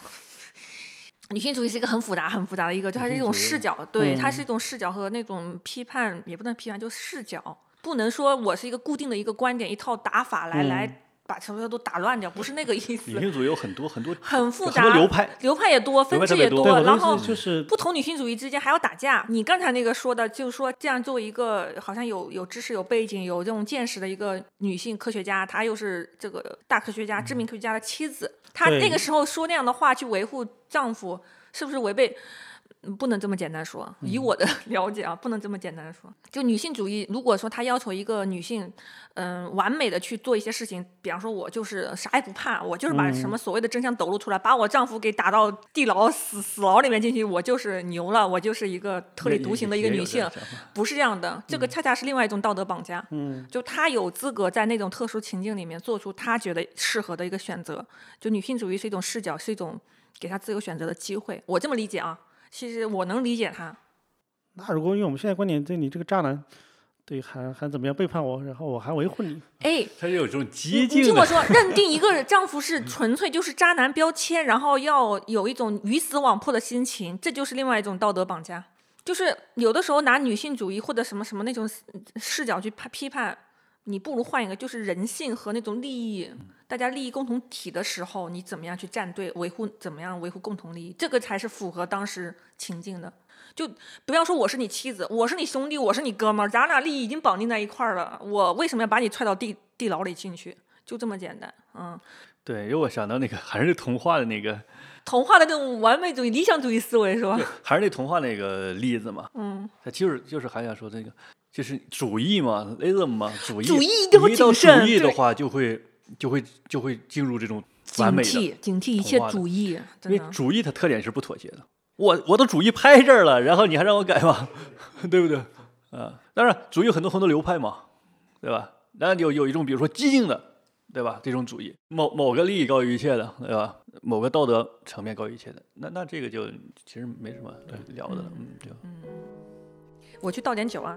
Speaker 1: 女性主义是一个很复杂、很复杂的一个，就它是一
Speaker 3: 女性
Speaker 1: 种
Speaker 3: 主义嗯
Speaker 1: 视角，对，它是一种视角和那种批判，也不能批判，就视角，不能说我是一个固定的一个观点、一套打法来、
Speaker 3: 嗯
Speaker 1: 来把什么都打乱掉，不是那个意
Speaker 3: 女
Speaker 1: 思，
Speaker 3: 性主义有很多很多
Speaker 1: 很复
Speaker 3: 很
Speaker 1: 杂，
Speaker 3: 多流派，
Speaker 1: 流派也多，分
Speaker 3: 流派
Speaker 1: 支
Speaker 3: 特别
Speaker 1: 也
Speaker 3: 多
Speaker 2: 对我的
Speaker 1: 然
Speaker 2: 意
Speaker 1: 后
Speaker 2: 思就是，
Speaker 1: 不同女性主义之间还要打架。你刚才那个说的，就是说这样作为一个好像有有知识、有背景、有这种见识的一个女性科学家，她又是这个大科学家、知名科学家的妻子，她
Speaker 2: 对
Speaker 1: 那个时候说那样的话去维护丈夫，是不是违背？嗯不能这么简单说，以
Speaker 3: 嗯
Speaker 1: 我的 了解啊，不能这么简单说。就女性主义，如果说她要求一个女性，嗯、完美的去做一些事情，比方说我就是啥也不怕，我就是把什
Speaker 3: 嗯
Speaker 1: 么所谓的真相抖露出来，把我丈夫给打到地牢死死牢里面进去，我就是牛了，我就是一个 特立独行的一个
Speaker 3: 也有
Speaker 1: 女
Speaker 3: 这
Speaker 1: 性
Speaker 3: 样，想嗯法
Speaker 1: 不是这样的。这个恰恰是另外一种道德绑架。
Speaker 2: 嗯，
Speaker 1: 就她有资格在那种特殊情境里面做出她觉得适合的一个选择。就女性主义是一种视角，是一种给她自由选择的机会。我这么理解啊，其实我能理解她。
Speaker 2: 那如果用我们现在观点，对你这个渣男，对还还怎么样背叛我，然后我还维护你，
Speaker 1: 哎，
Speaker 3: 它是有这种
Speaker 1: 你
Speaker 3: 激
Speaker 1: 你
Speaker 3: 进
Speaker 1: 听我
Speaker 3: 的，
Speaker 1: 说，认定一个丈夫是纯粹就是渣男标签，然后要有一种鱼死网破的心情，这就是另外一种道德绑架。就是有的时候拿女性主义或者什么什么那种视角去批批判，你不如换一个，就是人性和那种利益，大家利益共同体的时候，你怎么样去站队，维护怎么样维护共同利益，这个才是符合当时情境的。就不要说我是你妻子，我是你兄弟，我是你哥们儿，咱俩利益已经绑定在一块儿了，我为什么要把你踹到地地牢里进去？就这么简单，嗯，
Speaker 3: 对，因为我想到那个还是那童话的那个，
Speaker 1: 童话的那种完美主义、理想主义思维是吧？
Speaker 3: 还是那童话那个例子嘛，
Speaker 1: 嗯，
Speaker 3: 它就是就是还想说这个，就是主义嘛，ism 嘛，主义，
Speaker 1: 主义
Speaker 3: 一
Speaker 1: 都
Speaker 3: 到
Speaker 1: 谨慎
Speaker 3: 主义的
Speaker 1: 对
Speaker 3: 话，就会就会就会进入这种
Speaker 1: 警
Speaker 3: 完美的，
Speaker 1: 惕嗯警惕一
Speaker 3: 童
Speaker 1: 切
Speaker 3: 话的
Speaker 1: 主义，
Speaker 3: 因
Speaker 1: 真
Speaker 3: 为
Speaker 1: 的。
Speaker 3: 主义它特点是不妥协的。我我的主义拍这儿了，然后你还让我改吗？ 对不对？啊，当然，主义有很多很多流派嘛，对吧？然后有有一种比如说激进的，对吧？这种主义，某某个利益高于一切的，对吧？某个道德层面高于一切的，那那这个就其实没什么聊的了，嗯，就。
Speaker 1: 我去倒点酒啊。